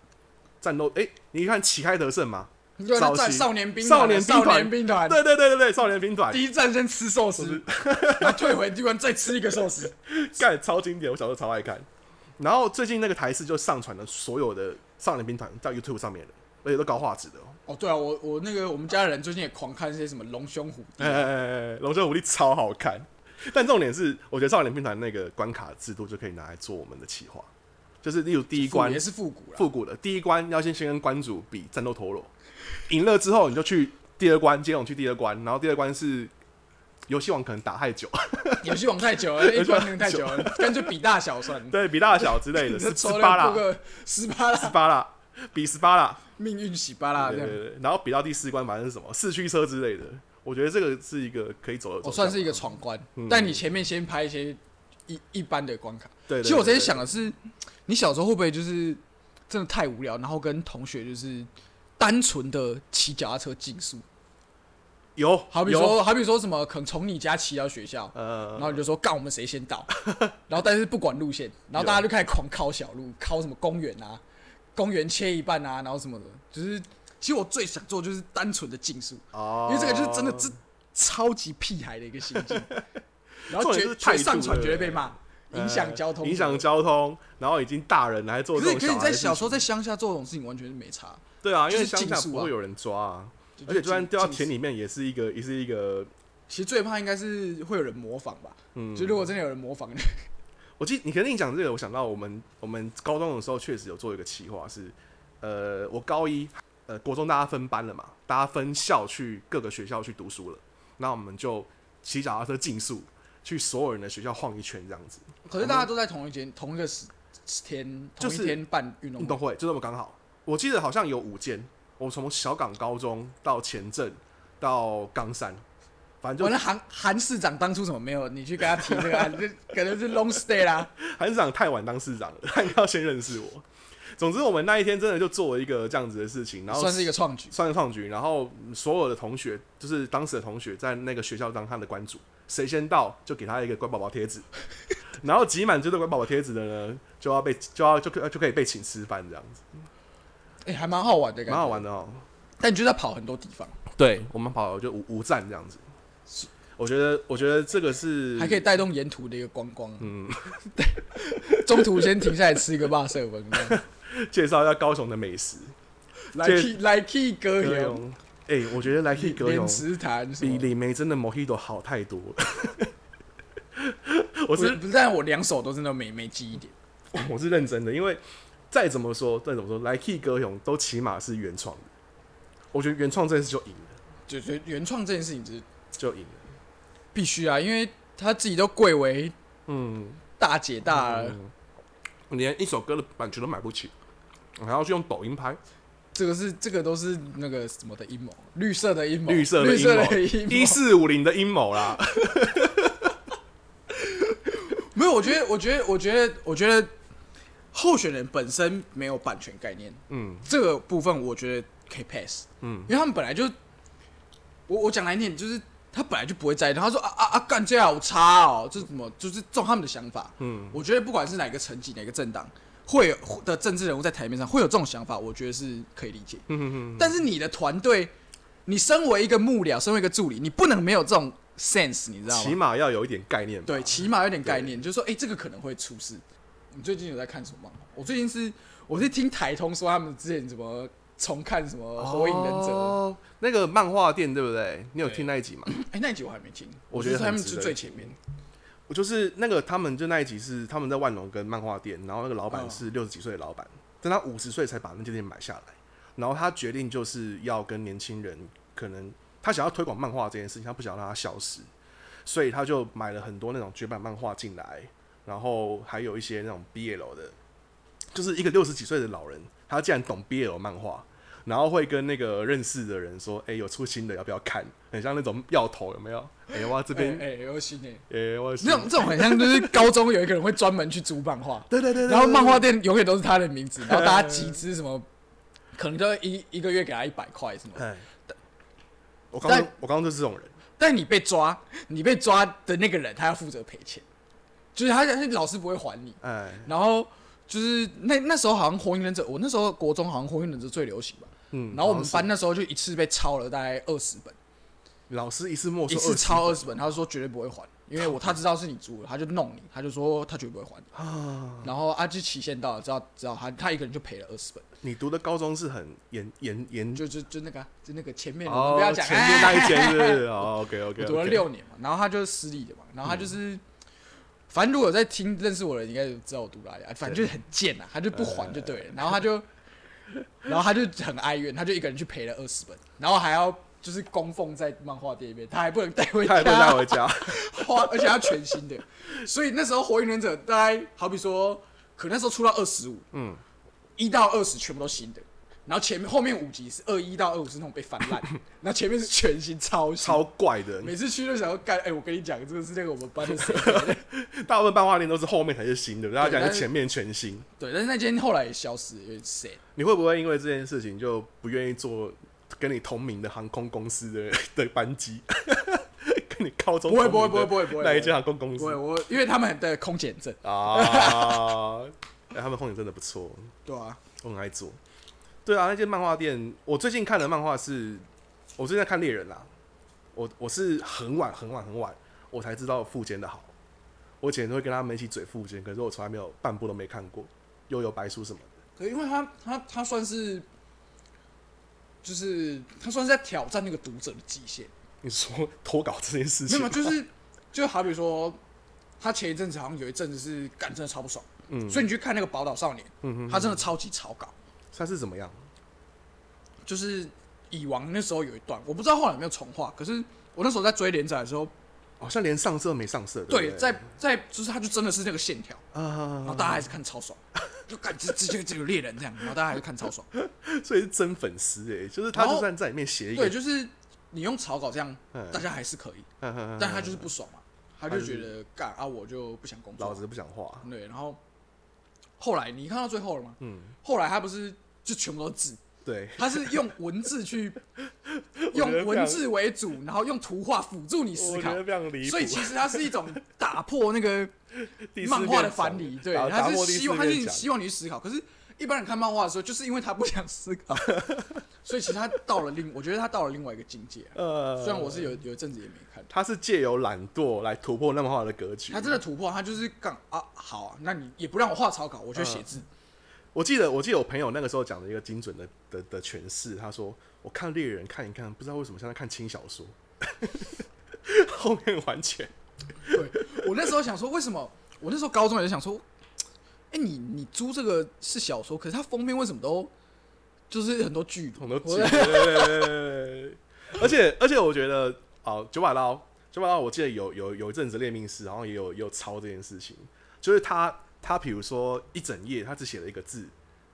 [SPEAKER 1] 战斗。哎、你看旗开得胜嘛？
[SPEAKER 2] 对啊，
[SPEAKER 1] 早期
[SPEAKER 2] 在少年兵
[SPEAKER 1] 少
[SPEAKER 2] 团
[SPEAKER 1] 年
[SPEAKER 2] 的
[SPEAKER 1] 兵
[SPEAKER 2] 少
[SPEAKER 1] 团
[SPEAKER 2] 年兵团，
[SPEAKER 1] 对对对对对，少年兵团
[SPEAKER 2] 第一站先吃寿司，然后退回地关再吃一个寿司，
[SPEAKER 1] 干超经典，我小时候超爱看。然后最近那个台式就上传了所有的少年兵团到 YouTube 上面了，而且都高画质的、哦。
[SPEAKER 2] 哦，对啊，我我那个我们家人最近也狂看一些什么龙兄虎弟
[SPEAKER 1] 哎，哎哎哎，龙舟武力超好看。但重点是，我觉得少年兵团那个关卡制度就可以拿来做我们的企划，就是例如第一关
[SPEAKER 2] 也是复古了。
[SPEAKER 1] 复古的。第一关要先先跟关主比战斗陀螺，赢了之后你就去第二关，接龙去第二关，然后第二关是游戏王可能打太 久，
[SPEAKER 2] 游戏王太久 了，一
[SPEAKER 1] 戏王
[SPEAKER 2] 关那个太久了，干脆比大小算了。
[SPEAKER 1] 对比大小之类 的，是十
[SPEAKER 2] 抽
[SPEAKER 1] 八
[SPEAKER 2] 了
[SPEAKER 1] 啦
[SPEAKER 2] 过，个十八
[SPEAKER 1] 十
[SPEAKER 2] 啦，
[SPEAKER 1] 八啦，比十八啦，
[SPEAKER 2] 命运洗巴啦，
[SPEAKER 1] 对
[SPEAKER 2] 啊这
[SPEAKER 1] 对
[SPEAKER 2] 样
[SPEAKER 1] 对，然后比到第四关，反正是什么四驱车之类的，我觉得这个是一个可以走的，
[SPEAKER 2] 我哦算是一个闯关。
[SPEAKER 1] 嗯
[SPEAKER 2] 但你前面先拍一些一一般的关卡。
[SPEAKER 1] 对对
[SPEAKER 2] 其实我之前
[SPEAKER 1] 对
[SPEAKER 2] 想的是，你小时候会不会就是真的太无聊，然后跟同学就是单纯的骑脚踏车竞速？
[SPEAKER 1] 有，
[SPEAKER 2] 好比
[SPEAKER 1] 有
[SPEAKER 2] 说，好比说什么，可能从你家骑到学校，然
[SPEAKER 1] 呃，
[SPEAKER 2] 后你就说干我们谁先到， 然后但是不管路线，然后大家就开始狂靠小路，靠什么公园啊，公园切一半啊，然后什么的，就是其实我最想做就是单纯的竞速，
[SPEAKER 1] 哦
[SPEAKER 2] 因为这个就是真的这超级屁孩的一个心 境，然后
[SPEAKER 1] 重点
[SPEAKER 2] 绝
[SPEAKER 1] 是
[SPEAKER 2] 绝
[SPEAKER 1] 态度
[SPEAKER 2] 上传
[SPEAKER 1] 对不
[SPEAKER 2] 绝对
[SPEAKER 1] 对
[SPEAKER 2] 被骂，影响
[SPEAKER 1] 呃
[SPEAKER 2] 交通，
[SPEAKER 1] 影响。交通，然后已经大人了还做
[SPEAKER 2] 可
[SPEAKER 1] 这
[SPEAKER 2] 是
[SPEAKER 1] 种
[SPEAKER 2] 可是你
[SPEAKER 1] 孩
[SPEAKER 2] 在
[SPEAKER 1] 的
[SPEAKER 2] 小
[SPEAKER 1] 事
[SPEAKER 2] 时候在乡下做这种事情完全是没差，
[SPEAKER 1] 对啊，因为
[SPEAKER 2] 就是
[SPEAKER 1] 乡
[SPEAKER 2] 竞
[SPEAKER 1] 下
[SPEAKER 2] 速
[SPEAKER 1] 不
[SPEAKER 2] 啊
[SPEAKER 1] 会有人抓啊，
[SPEAKER 2] 就
[SPEAKER 1] 而且就算掉到田
[SPEAKER 2] 里，
[SPEAKER 1] 里面也是一个也是一个
[SPEAKER 2] 其实最怕应该是会有人模仿吧，
[SPEAKER 1] 嗯
[SPEAKER 2] 就如果真的有人模仿，
[SPEAKER 1] 我记你肯定讲这个，我想到我们我们高中的时候确实有做一个企划是，呃，我高一呃国中大家分班了嘛，大家分校去各个学校去读书了，那我们就骑脚踏车竞速去所有人的学校晃一圈这样子，
[SPEAKER 2] 可是大家都在同一间同一个时天
[SPEAKER 1] 就
[SPEAKER 2] 同一
[SPEAKER 1] 是
[SPEAKER 2] 天办运动
[SPEAKER 1] 运
[SPEAKER 2] 会
[SPEAKER 1] 动，会就那么刚好。我记得好像有五间，我从小港高中到前镇到冈山，反正就
[SPEAKER 2] 完了，韩韩市长当初怎么没有你去跟他提这个 案？这可能是 long stay 啦。
[SPEAKER 1] 韩市长太晚当市长了， 他应该要先认识我。总之，我们那一天真的就做了一个这样子的事情，然后
[SPEAKER 2] 算是一个创举。
[SPEAKER 1] 算是创举，然后所有的同学，就是当时的同学，在那个学校当他的关主，谁先到就给他一个乖宝宝贴纸， 然后集满这个乖宝宝贴纸的呢，就要被就要就可就可以被请吃饭这样子，
[SPEAKER 2] 哎、还蛮好玩的，
[SPEAKER 1] 蛮好。玩的哦。
[SPEAKER 2] 但你就在跑很多地方，
[SPEAKER 1] 对我们跑就五五站这样子，我觉得我觉得这个是
[SPEAKER 2] 还可以带动沿途的一个观光。嗯， 对，中途先停下来吃一个霸色文，这 样
[SPEAKER 1] 介绍一下高雄的美食。
[SPEAKER 2] 来
[SPEAKER 1] 这
[SPEAKER 2] key 来 key 歌
[SPEAKER 1] 高
[SPEAKER 2] 谣，
[SPEAKER 1] 雄，哎、我觉得来去高
[SPEAKER 2] 莲
[SPEAKER 1] 雄
[SPEAKER 2] 池潭什
[SPEAKER 1] 比
[SPEAKER 2] 么。
[SPEAKER 1] 李梅真的 Mojito 好太多了。 我
[SPEAKER 2] 不
[SPEAKER 1] 是
[SPEAKER 2] 是不是，但我两手都真的没没记忆点。
[SPEAKER 1] 我是认真的，因为再怎么说，再怎么说，来 Key 歌咏都起码是原创的。我觉得原创这件事就赢了，
[SPEAKER 2] 就觉得原创这件事情只是
[SPEAKER 1] 就赢了。
[SPEAKER 2] 必须啊，因为他自己都贵为
[SPEAKER 1] 嗯，
[SPEAKER 2] 大姐大了，
[SPEAKER 1] 嗯你连一首歌的版权都买不起，还要去用抖音
[SPEAKER 2] 哦
[SPEAKER 1] 拍，
[SPEAKER 2] 这个是这个都是那个什么的阴谋，绿色的阴谋，
[SPEAKER 1] 绿色的
[SPEAKER 2] 绿
[SPEAKER 1] 阴
[SPEAKER 2] 色
[SPEAKER 1] 谋，
[SPEAKER 2] 的阴
[SPEAKER 1] 一
[SPEAKER 2] 谋。
[SPEAKER 1] 四五零的阴谋啦。
[SPEAKER 2] 没有，我觉得，我觉得，我觉得，我觉得候选人本身没有版权概念，
[SPEAKER 1] 嗯
[SPEAKER 2] 这个部分我觉得可以 pass，
[SPEAKER 1] 嗯
[SPEAKER 2] 因为他们本来就，我我讲来念，就是他本来就不会在意，他说啊啊啊，干这好差哦，这怎么就是中他们的想法。
[SPEAKER 1] 嗯，
[SPEAKER 2] 我觉得不管是哪个层级、哪个政党，会有的政治人物在台面上会有这种想法，我觉得是可以理解。
[SPEAKER 1] 嗯嗯
[SPEAKER 2] 但是你的团队，你身为一个幕僚，身为一个助理，你不能没有这种 sense，你知
[SPEAKER 1] 嗯，
[SPEAKER 2] 道
[SPEAKER 1] 起
[SPEAKER 2] 吗？
[SPEAKER 1] 码要有一点概念吧。
[SPEAKER 2] 对，起码有点概念，就是说，哎、这个可能会出事。你最近有在看什么漫画？我最近是我是听台通说他们之前怎么重看什么《火影忍者》
[SPEAKER 1] 哦，那个漫画店对不对？你有
[SPEAKER 2] 对
[SPEAKER 1] 听那一集吗？
[SPEAKER 2] 哎、那一集我还没听，
[SPEAKER 1] 我觉得
[SPEAKER 2] 就是他们
[SPEAKER 1] 很值
[SPEAKER 2] 是
[SPEAKER 1] 得
[SPEAKER 2] 最前面，
[SPEAKER 1] 我就是那个他们就那一集是他们在万隆跟漫画店，然后那个老板
[SPEAKER 2] 嗯
[SPEAKER 1] 是六十几岁的老板，但他五十岁才把那间店买下来，然后他决定就是要跟年轻人，可能他想要推广漫画这件事情，他不想让它消失，所以他就买了很多那种绝版漫画进来，然后还有一些那种 BL 的，就是一个六十几岁的老人，他竟然懂 BL 漫画。然后会跟那个认识的人说：“哎、有出新的，要不要看？”很像那种药头，有没有？哎、哇，这
[SPEAKER 2] 这
[SPEAKER 1] 边，
[SPEAKER 2] 哎、哎有新哎，
[SPEAKER 1] 哎、哇，
[SPEAKER 2] 这种这种很像就是高中有一个人会专门去租漫画，
[SPEAKER 1] 对对对对
[SPEAKER 2] 然后漫画店永远都是他的 名字，然后大家集资什么，可能就一一个月给他一百块什么，
[SPEAKER 1] 哎，我刚刚
[SPEAKER 2] 但
[SPEAKER 1] 我刚刚就是这种人，
[SPEAKER 2] 但你被抓，你被抓的那个人他要负责赔钱，就是他他老师不会还你，
[SPEAKER 1] 哎，
[SPEAKER 2] 然后就是那那时候好像火影忍者，我那时候国中好像火影忍者最流行吧，
[SPEAKER 1] 嗯，
[SPEAKER 2] 然后我们
[SPEAKER 1] 好像
[SPEAKER 2] 班那时候就一次被抄了大概二十本。
[SPEAKER 1] 是老师一次没收
[SPEAKER 2] 一次
[SPEAKER 1] 20
[SPEAKER 2] 超二十本，他就说绝对不会还，因为我他知道是你租的，他就弄你，他就说他绝对不会还。
[SPEAKER 1] 啊！
[SPEAKER 2] 然后阿基期限到了，知道知道他他一个人就赔了二十本，
[SPEAKER 1] 你读的高中是很严严严，
[SPEAKER 2] 就就就那个啊、就那个前面的、
[SPEAKER 1] 哦
[SPEAKER 2] 你不要讲，
[SPEAKER 1] 前面那
[SPEAKER 2] 哎
[SPEAKER 1] 一间是不是哦，OK OK，
[SPEAKER 2] 我读了六年嘛，然后他就是私立的嘛，
[SPEAKER 1] 嗯
[SPEAKER 2] 然后他就是。反正如果有在听认识我的人，应该就知道我读哪里啊。反正就是很贱呐、啊，他就不
[SPEAKER 1] 呃
[SPEAKER 2] 还就对了。然后他就，然后他就很哀怨，他就一个人去赔了二十本，然后还要就是供奉在漫画店里面，他还不能带回家，
[SPEAKER 1] 他也不带回家，
[SPEAKER 2] 花，而且要全新的。所以那时候《火影忍者》大概好比说，可能那时候出到二十五，
[SPEAKER 1] 嗯，
[SPEAKER 2] 一到二十全部都新的，然后前面后面五集是二一到二五是那种被翻 烂，然后前面是全新超新。
[SPEAKER 1] 超怪的。
[SPEAKER 2] 每次去都想要干，哎、我跟你讲，这个是那个我们班的谁？
[SPEAKER 1] 大部分漫画店都是后面才是新的，大家
[SPEAKER 2] 对
[SPEAKER 1] 讲
[SPEAKER 2] 但
[SPEAKER 1] 是
[SPEAKER 2] 是
[SPEAKER 1] 前面全新。
[SPEAKER 2] 对，但是那间后来也消失了，有点 sad。
[SPEAKER 1] 你会不会因为这件事情就不愿意坐跟你同名的航空公司的的班机？ 跟你高中
[SPEAKER 2] 不会
[SPEAKER 1] 同名的
[SPEAKER 2] 不会不会不会不会
[SPEAKER 1] 那一间航空公
[SPEAKER 2] 不会，
[SPEAKER 1] 司
[SPEAKER 2] 我因为他们的空姐很正，
[SPEAKER 1] 啊， 哎他们空姐真的不错。
[SPEAKER 2] 对啊，
[SPEAKER 1] 我很爱做。对啊，那间漫画店，我最近看的漫画是，我最近在看猎人啦。我我是很晚很晚很晚，我才知道富坚的好。我以前都会跟他们一起嘴富坚，可是我从来没有半部都没看过，又有白书什么的。
[SPEAKER 2] 可因为他他他算是，就是他算是在挑战那个读者的极限。
[SPEAKER 1] 你说 脱稿这件事
[SPEAKER 2] 没
[SPEAKER 1] 情
[SPEAKER 2] 有，
[SPEAKER 1] 吗，
[SPEAKER 2] 就是就好比说，他前一阵子好像有一阵子是干真的超不爽，
[SPEAKER 1] 嗯
[SPEAKER 2] 所以你去看那个《宝岛少年》，
[SPEAKER 1] 嗯
[SPEAKER 2] 他真的超级超搞，
[SPEAKER 1] 他是怎么样？
[SPEAKER 2] 就是蚁王那时候有一段，我不知道后来有没有重画，可是我那时候在追连载的时候，
[SPEAKER 1] 好像连上色没上色，对不
[SPEAKER 2] 对，
[SPEAKER 1] 对
[SPEAKER 2] 在在就是他就真的是那个线条，
[SPEAKER 1] 啊
[SPEAKER 2] 然后大家还是看超爽，就感这这就这个猎人这样，然后大家还是看 超爽。
[SPEAKER 1] 所以是真粉丝哎、就是他
[SPEAKER 2] 然后
[SPEAKER 1] 就算在里面写一个，
[SPEAKER 2] 对，就是你用草稿这样，
[SPEAKER 1] 嗯
[SPEAKER 2] 大家还是可以，
[SPEAKER 1] 嗯嗯嗯
[SPEAKER 2] 但他就是不爽嘛，他
[SPEAKER 1] 他
[SPEAKER 2] 就
[SPEAKER 1] 就
[SPEAKER 2] 觉
[SPEAKER 1] 是
[SPEAKER 2] 得干啊，我就不想工作
[SPEAKER 1] 老，子不讲话，
[SPEAKER 2] 对，然后后来你看到最后了吗？
[SPEAKER 1] 嗯，
[SPEAKER 2] 后来他不是就全部都字，
[SPEAKER 1] 对，
[SPEAKER 2] 他是用文 字去用文字为主，然后用图画辅助你思
[SPEAKER 1] 我觉
[SPEAKER 2] 考
[SPEAKER 1] 得，非常离谱，
[SPEAKER 2] 所以其实它是一种打破那个
[SPEAKER 1] 第四
[SPEAKER 2] 漫画
[SPEAKER 1] 面
[SPEAKER 2] 的
[SPEAKER 1] 墙
[SPEAKER 2] 藩篱，对，
[SPEAKER 1] 打
[SPEAKER 2] 他
[SPEAKER 1] 打
[SPEAKER 2] 是
[SPEAKER 1] 破第
[SPEAKER 2] 希
[SPEAKER 1] 四
[SPEAKER 2] 望他
[SPEAKER 1] 面
[SPEAKER 2] 是
[SPEAKER 1] 墙
[SPEAKER 2] 希望你去思考，可是一般人看漫画的时候，就是因为他不想思 考，所以其实他到了另，我觉得他到了另外一个境界啊、
[SPEAKER 1] 呃，
[SPEAKER 2] 虽然我是有有一阵子也没看，
[SPEAKER 1] 他是借由懒惰来突破那漫画的格局，
[SPEAKER 2] 他真的突破，他就是杠啊，好啊，那你也不让我画草稿，我就写字，
[SPEAKER 1] 我记得，我记得我朋友那个时候讲的一个精准的的的诠释，他说：“我看猎人看一看，不知道为什么像在看轻小说， 后面完全
[SPEAKER 2] 对
[SPEAKER 1] 呃
[SPEAKER 2] 我那时候想说，为什么我那时候高中也是想说，哎、你你租这个是小说，可是它封面为什么都就是很多剧，
[SPEAKER 1] 很多集。对”对对对 对而且而且，我觉得哦，九把刀，九把刀，我记得有有有一阵子练命师好像也有也有抄这件事情，就是他他比如说一整页，他只写了一个字，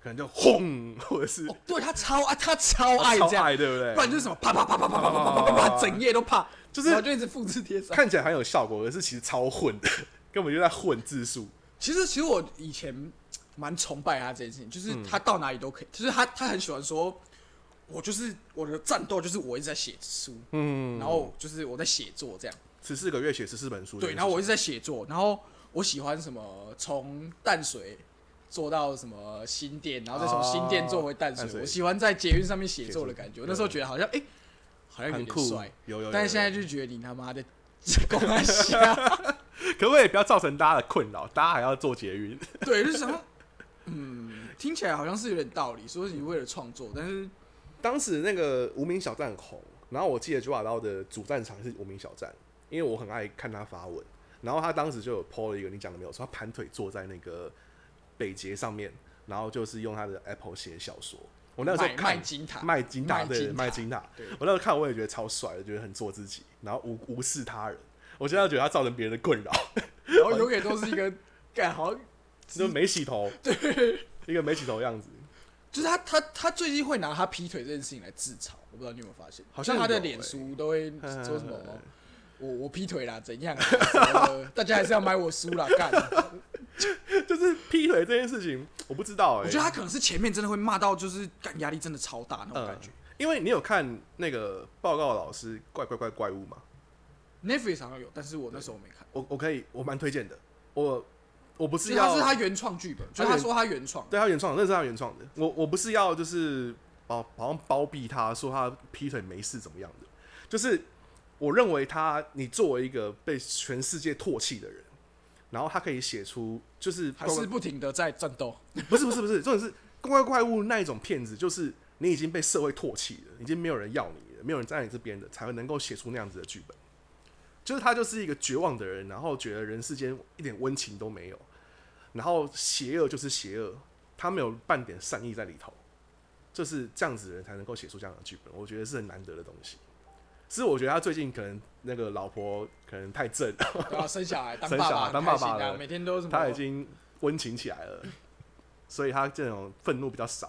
[SPEAKER 1] 可能就轰，或者是
[SPEAKER 2] 哦，对他超爱，他超爱
[SPEAKER 1] 哦超
[SPEAKER 2] 这样，
[SPEAKER 1] 爱，对不对？
[SPEAKER 2] 不然就是什么啪啪啪啪啪啪啪啪啪啪，整页都啪，
[SPEAKER 1] 就是
[SPEAKER 2] 然后就一直复制贴上。
[SPEAKER 1] 看起来很有效果，可是其实超混的， 根本就在混字数。
[SPEAKER 2] 其实其实我以前蛮崇拜他这件事情，就是他到哪里都可以，就是他他很喜欢说，我就是我的战斗就是我一直在写书，
[SPEAKER 1] 嗯，
[SPEAKER 2] 然后就是我在写作这样。
[SPEAKER 1] 十四个月写十四本书这件事情，
[SPEAKER 2] 对，然后我一直在写作，然后我喜欢什么从淡水做到什么新店，然后再从新店做回哦淡水。
[SPEAKER 1] 淡水
[SPEAKER 2] 我喜欢在捷运上面写作的
[SPEAKER 1] 写作
[SPEAKER 2] 感觉。
[SPEAKER 1] 对
[SPEAKER 2] 那时候觉得好像哎、诶好像有
[SPEAKER 1] 很
[SPEAKER 2] 点
[SPEAKER 1] 酷
[SPEAKER 2] 帅，，
[SPEAKER 1] 有有有。
[SPEAKER 2] 但是现在
[SPEAKER 1] 有
[SPEAKER 2] 就觉得你他妈的 公安 啊瞎，
[SPEAKER 1] 可不可以不要造成大家的困扰？大家还要做捷运，
[SPEAKER 2] 对，就是想说，嗯，听起来好像是有点道理，说你为了创作，但是
[SPEAKER 1] 当时那个无名小站很红，然后我记得九把刀的主战场是无名小站，因为我很爱看他发文。然后他当时就有 PO 了一个，你讲的没有错，他盘腿坐在那个北捷上面，然后就是用他的 Apple 写小说。我那个时候
[SPEAKER 2] 买
[SPEAKER 1] 看
[SPEAKER 2] 卖金塔，
[SPEAKER 1] 麦金塔
[SPEAKER 2] 麦金
[SPEAKER 1] 对
[SPEAKER 2] 塔
[SPEAKER 1] 麦金塔
[SPEAKER 2] 对，
[SPEAKER 1] 我那时候看我也觉得超帅的，觉得很做自己，然后无无视他人。我现在觉得他造成别人的 困扰，
[SPEAKER 2] 然后永远都是一个干好像。
[SPEAKER 1] 就是没洗头，对，一个没洗头的样子。
[SPEAKER 2] 就是他，他他最近会拿他劈腿这件事情来自嘲，我不知道你有没有发现，
[SPEAKER 1] 好像
[SPEAKER 2] 就他的
[SPEAKER 1] 有
[SPEAKER 2] 脸
[SPEAKER 1] 欸
[SPEAKER 2] 书都会
[SPEAKER 1] 嗯
[SPEAKER 2] 说什么我我劈腿啦，怎样啊，什么 的大家还是要买我书啦，干。
[SPEAKER 1] 就是劈腿这件事情，我不知道哎、
[SPEAKER 2] 我觉得他可能是前面真的会骂到，就是干压力真的超大那种
[SPEAKER 1] 呃
[SPEAKER 2] 感觉。，
[SPEAKER 1] 因为你有看那个报告老师怪怪怪怪物嘛，嗯
[SPEAKER 2] Netflix 好像有，但是我那时候没看。
[SPEAKER 1] 我我可以，我蛮推荐的。我我不
[SPEAKER 2] 就是是他
[SPEAKER 1] 要
[SPEAKER 2] 是他原创剧本，就是
[SPEAKER 1] 他
[SPEAKER 2] 他
[SPEAKER 1] 原
[SPEAKER 2] 说他原创，
[SPEAKER 1] 对他原创的，那是他原创的。我我不是要就是包好像包庇他说他劈腿没事怎么样的，就是我认为他你作为一个被全世界唾弃的人，然后他可以写出就是
[SPEAKER 2] 还是不停的在战 斗。
[SPEAKER 1] 不是不是不是，重点是《怪怪怪物》那一种骗子，就是你已经被社会唾弃了，已经没有人要你了，没有人站在你这边的，才会能够写出那样子的剧本。就是他就是一个绝望的人，然后觉得人世间一点温情都没有，然后邪恶就是邪恶，他没有半点善意在里头。就是这样子的人才能够写出这样的剧本，我觉得是很难得的东西。是我觉得他最近可能那个老婆可能太正，
[SPEAKER 2] 对啊，生小孩当
[SPEAKER 1] 生
[SPEAKER 2] 爸
[SPEAKER 1] 小
[SPEAKER 2] 爸
[SPEAKER 1] 孩
[SPEAKER 2] 很
[SPEAKER 1] 当
[SPEAKER 2] 开
[SPEAKER 1] 爸
[SPEAKER 2] 心
[SPEAKER 1] 爸
[SPEAKER 2] 啊，
[SPEAKER 1] 了
[SPEAKER 2] 每天都什 么？
[SPEAKER 1] 他已经温情起来了，所以他这种愤怒比较少。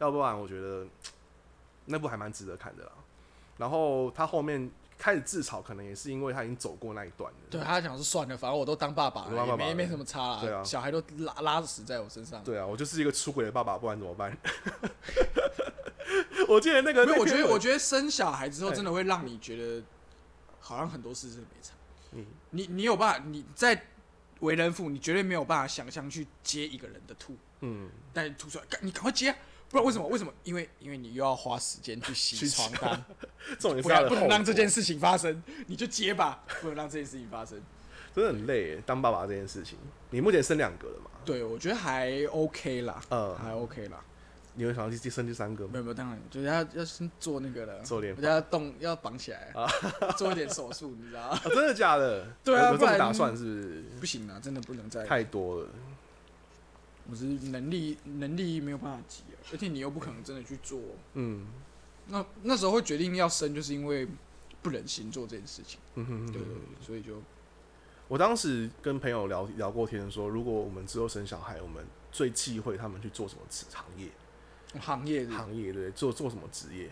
[SPEAKER 1] 要不然我觉得那部还蛮值得看的啦。然后他后面开始自嘲，可能也是因为他已经走过那一段了。
[SPEAKER 2] 对他想说算了，反正我都当爸爸
[SPEAKER 1] 我当爸
[SPEAKER 2] 了，也
[SPEAKER 1] 爸
[SPEAKER 2] 没
[SPEAKER 1] 了
[SPEAKER 2] 没什么差
[SPEAKER 1] 对啊
[SPEAKER 2] 啦，小孩都拉拉屎在我身上。
[SPEAKER 1] 对啊，我就是一个出轨的爸爸，不然怎么办？ 我记得那个，
[SPEAKER 2] 没有，我觉得，我
[SPEAKER 1] 觉
[SPEAKER 2] 觉得生小孩
[SPEAKER 1] 哎
[SPEAKER 2] 之后，真的会让你觉得好像很多事真的没差。
[SPEAKER 1] 嗯
[SPEAKER 2] 你你有办法，你在为人父，你绝对没有办法想象去接一个人的吐，
[SPEAKER 1] 嗯，
[SPEAKER 2] 但是吐出来，干你赶快接、啊，不然为什么？为什么？因为因为你又要花时间去洗
[SPEAKER 1] 去
[SPEAKER 2] 床单，
[SPEAKER 1] 重点是
[SPEAKER 2] 不
[SPEAKER 1] 他
[SPEAKER 2] 要
[SPEAKER 1] 的
[SPEAKER 2] 不能
[SPEAKER 1] 后
[SPEAKER 2] 让
[SPEAKER 1] 果
[SPEAKER 2] 这件事情发生，你就接吧，不能让这件事情 发生。
[SPEAKER 1] 真的很累耶，当爸爸这件事情。你目前生两个了嘛？
[SPEAKER 2] 对，我觉得还 OK 啦，
[SPEAKER 1] 嗯
[SPEAKER 2] 还 OK 啦。
[SPEAKER 1] 你有想要去生第三个吗？
[SPEAKER 2] 没有没有，当然就是要要先做那个了，
[SPEAKER 1] 做脸
[SPEAKER 2] 我要动要绑起来， 做一点手术，你知道吗？
[SPEAKER 1] 啊，真的假的？
[SPEAKER 2] 对啊
[SPEAKER 1] 有有这
[SPEAKER 2] 不
[SPEAKER 1] 么
[SPEAKER 2] 然
[SPEAKER 1] 打算是不是？
[SPEAKER 2] 不行啊，真的不能再
[SPEAKER 1] 太多了。
[SPEAKER 2] 我是能力能力没有办法急啊，而且你又不可能真的去做。
[SPEAKER 1] 嗯
[SPEAKER 2] 那那时候会决定要生，就是因为不忍心做这件事情。
[SPEAKER 1] 嗯哼哼
[SPEAKER 2] 对
[SPEAKER 1] 哼
[SPEAKER 2] 对对，所以就
[SPEAKER 1] 我当时跟朋友聊聊过天，说如果我们之后生小孩，我们最忌讳他们去做什么职行业，
[SPEAKER 2] 行业的
[SPEAKER 1] 行业对不对？做做什么职业？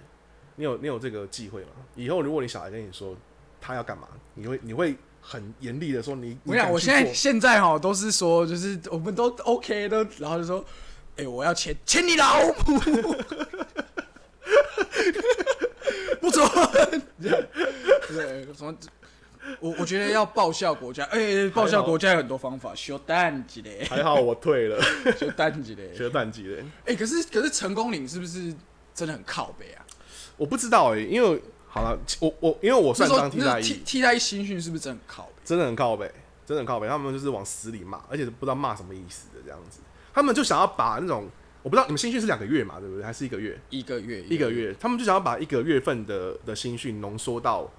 [SPEAKER 1] 你有你有这个忌讳吗？以后如果你小孩跟你说他要干嘛，你会你会很严厉的说你。你
[SPEAKER 2] 我跟你讲，
[SPEAKER 1] 敢
[SPEAKER 2] 我
[SPEAKER 1] 去
[SPEAKER 2] 现在
[SPEAKER 1] 做
[SPEAKER 2] 现在哈都是说，就是我们都 OK 都，然后就说，哎、我要签签你老母，不准，这样对，什么？我我觉得要报效国家，哎、报效国家有很多方法，修蛋几嘞，
[SPEAKER 1] 还好我退 了，
[SPEAKER 2] 修蛋几嘞，
[SPEAKER 1] 学淡季的。
[SPEAKER 2] 哎、可是可是成功岭是不是真的很靠北啊？
[SPEAKER 1] 我不知道哎、因为好了，我我因为我
[SPEAKER 2] 那
[SPEAKER 1] 算
[SPEAKER 2] 时候
[SPEAKER 1] 当替
[SPEAKER 2] 那时
[SPEAKER 1] 代
[SPEAKER 2] 候替
[SPEAKER 1] 役，
[SPEAKER 2] 替代役新训是不是真的很靠北？
[SPEAKER 1] 真的很靠北，真的很靠北。他们就是往死里骂，而且不知道骂什么意思的这样子。他们就想要把那种我不知道你们新训是两个月嘛，对不对？还是一个月？
[SPEAKER 2] 一个月
[SPEAKER 1] 一个，月，他们就想要把一个月份的的新训浓缩到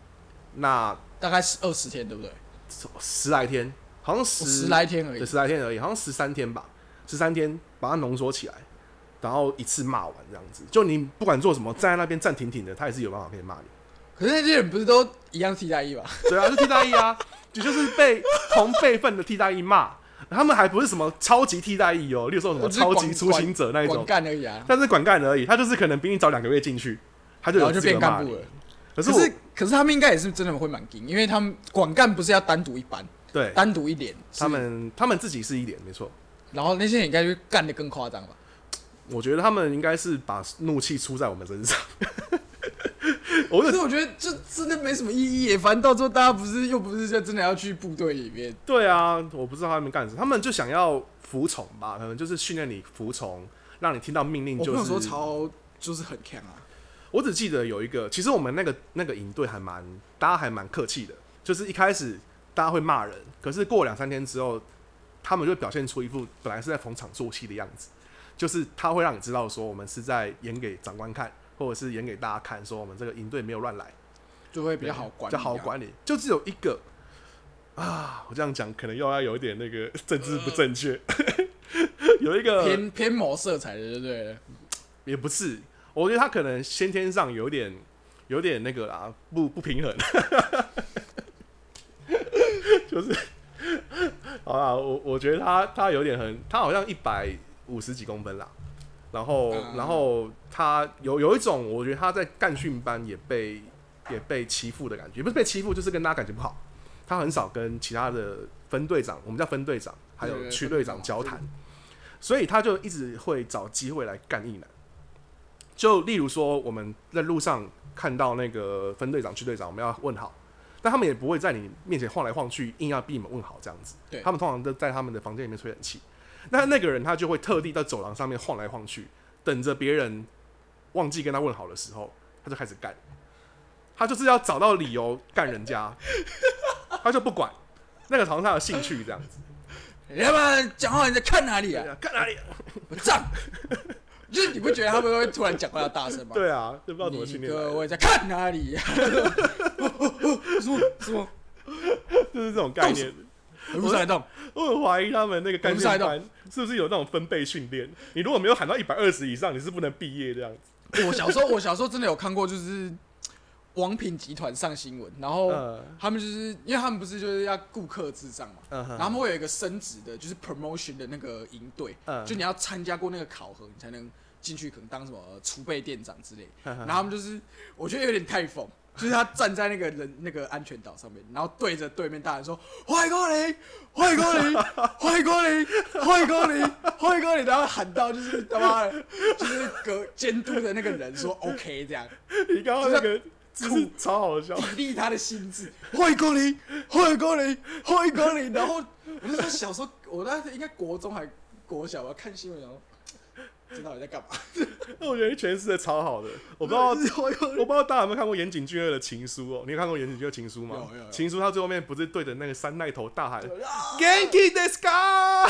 [SPEAKER 1] 那
[SPEAKER 2] 大概是二十天，对不对？
[SPEAKER 1] 十十来天，好像十
[SPEAKER 2] 哦十来天而已
[SPEAKER 1] 对。十来天而已，好像十三天吧，十三天把它浓缩起来，然后一次骂完这样子。就你不管做什么，站在那边站挺挺的，他也是有办法可以骂你。
[SPEAKER 2] 可是那些人不是都一样替代役吧？
[SPEAKER 1] 对啊，是替代役啊， 你就是被同辈分的替代役骂，他们还不是什么超级替代役哦，例如说什么
[SPEAKER 2] 我只是
[SPEAKER 1] 超级
[SPEAKER 2] 管
[SPEAKER 1] 出行者那一
[SPEAKER 2] 管
[SPEAKER 1] 种，
[SPEAKER 2] 干而已啊，
[SPEAKER 1] 但是管干而已，他就是可能比你早两个月进去，他就有
[SPEAKER 2] 然后就
[SPEAKER 1] 资格
[SPEAKER 2] 变
[SPEAKER 1] 骂
[SPEAKER 2] 干
[SPEAKER 1] 你
[SPEAKER 2] 部了。。
[SPEAKER 1] 可是
[SPEAKER 2] 可
[SPEAKER 1] 我
[SPEAKER 2] 是可是他们应该也是真的会蛮劲，因为他们管干不是要单独一班，
[SPEAKER 1] 对
[SPEAKER 2] 单独一连，是
[SPEAKER 1] 他们他们自己是一点没错，
[SPEAKER 2] 然后那些人应该就干的更夸张吧？
[SPEAKER 1] 我觉得他们应该是把怒气出在我们身上。 我
[SPEAKER 2] 可
[SPEAKER 1] 就是
[SPEAKER 2] 我觉得这真的没什么意义耶，反正到最后大家不是又不是就真的要去部队里面，
[SPEAKER 1] 对啊，我不知道他们干什么，他们就想要服从吧，可能就是训练你服从，让你听到命令
[SPEAKER 2] 我
[SPEAKER 1] 就
[SPEAKER 2] 朋
[SPEAKER 1] 是。
[SPEAKER 2] 友说超就是很强啊，
[SPEAKER 1] 我只记得有一个，其实我们那个那个营队还蛮，大家还蛮客气的，就是一开始大家会骂人，可是过两三天之后，他们就表现出一副本来是在逢场作戏的样子，就是他会让你知道说我们是在演给长官看，或者是演给大家看，说我们这个营队没有乱来，
[SPEAKER 2] 就会比较好管，
[SPEAKER 1] 比
[SPEAKER 2] 啊
[SPEAKER 1] 较好。管理，就只有一个啊，我这样讲可能又要有一点那个政治不正确，呃有一个
[SPEAKER 2] 偏偏某色彩的，对不对？
[SPEAKER 1] 也不是，我觉得他可能先天上有点有点那个啦，不不平衡， 就是好啦，我我觉得他他有点很，他好像一百五十几公分啦，然后、
[SPEAKER 2] 嗯
[SPEAKER 1] 然后他有有一种我觉得他在干训班也被也被欺负的感觉，也不是被欺负，就是跟大家感情不好，他很少跟其他的分队长，我们叫分队长还
[SPEAKER 2] 对
[SPEAKER 1] 有
[SPEAKER 2] 对
[SPEAKER 1] 区
[SPEAKER 2] 分
[SPEAKER 1] 队
[SPEAKER 2] 队
[SPEAKER 1] 长
[SPEAKER 2] 长
[SPEAKER 1] 交
[SPEAKER 2] 对
[SPEAKER 1] 谈。所以他就一直会找机会来干一男。就例如说，我们在路上看到那个分队长、区队长，我们要问好，但他们也不会在你面前晃来晃去，硬要逼你们问好这样子。
[SPEAKER 2] 对
[SPEAKER 1] 他们通常都在他们的房间里面吹冷气。那那个人他就会特地到走廊上面晃来晃去，等着别人忘记跟他问好的时候，他就开始干。他就是要找到理由干人家，他就不管，那个好像他的兴趣这样子。
[SPEAKER 2] 你他妈讲话你在看哪里啊？
[SPEAKER 1] 干哪里？
[SPEAKER 2] 我站， 就是你不觉得他们会突然讲话要大声吗？
[SPEAKER 1] 对啊，就不知道怎么训
[SPEAKER 2] 你
[SPEAKER 1] 练来的
[SPEAKER 2] 各。位在看 哪里呀、什么什么？
[SPEAKER 1] 就是这种概念。
[SPEAKER 2] 我不是在动，
[SPEAKER 1] 我很怀疑他们那个干
[SPEAKER 2] 我们
[SPEAKER 1] 训
[SPEAKER 2] 赛道
[SPEAKER 1] 班是不是有那种分贝训练？你如果没有喊到一百二十以上，你是不能毕业这样子。
[SPEAKER 2] 我小时候，我小时候真的有看过，就是王品集团上新闻，然后
[SPEAKER 1] 嗯
[SPEAKER 2] 他们就是因为他们不是就是要顾客至上嘛，
[SPEAKER 1] 嗯哼
[SPEAKER 2] 然后他们会有一个升职的，就是 promotion 的那个营队
[SPEAKER 1] 嗯，
[SPEAKER 2] 就你要参加过那个考核，你才能进去，可能当什么呃储备店长之类。
[SPEAKER 1] 嗯哼
[SPEAKER 2] 然后他们就是，我觉得有点太疯。 就是他站在那个人那个安全岛上面，然后对着对面大人说：“欢迎光临，欢迎光临，欢迎光临，欢迎光临，欢迎光临！”然后喊到就是他妈的，就是隔监督的那个人说 “OK” 这样，
[SPEAKER 1] 你刚刚那个
[SPEAKER 2] 就是
[SPEAKER 1] 姿势超好笑，
[SPEAKER 2] 砥砺他的心智。欢迎光临，欢迎光临，欢迎光临。然后我那时候小时候，我那时候应该国中还国小吧，看新闻然后知道你在干嘛。
[SPEAKER 1] 我觉得诠释的超好的。我不知道，我
[SPEAKER 2] 就是欢迎光临
[SPEAKER 1] 不知道大家有没有看过岩井俊二的《情书》哦？你有看过岩井俊二的《情书》吗
[SPEAKER 2] 有有？有
[SPEAKER 1] 情书他最后面不是对着那个山奈头大 喊
[SPEAKER 2] 啊
[SPEAKER 1] “Genki d e s k a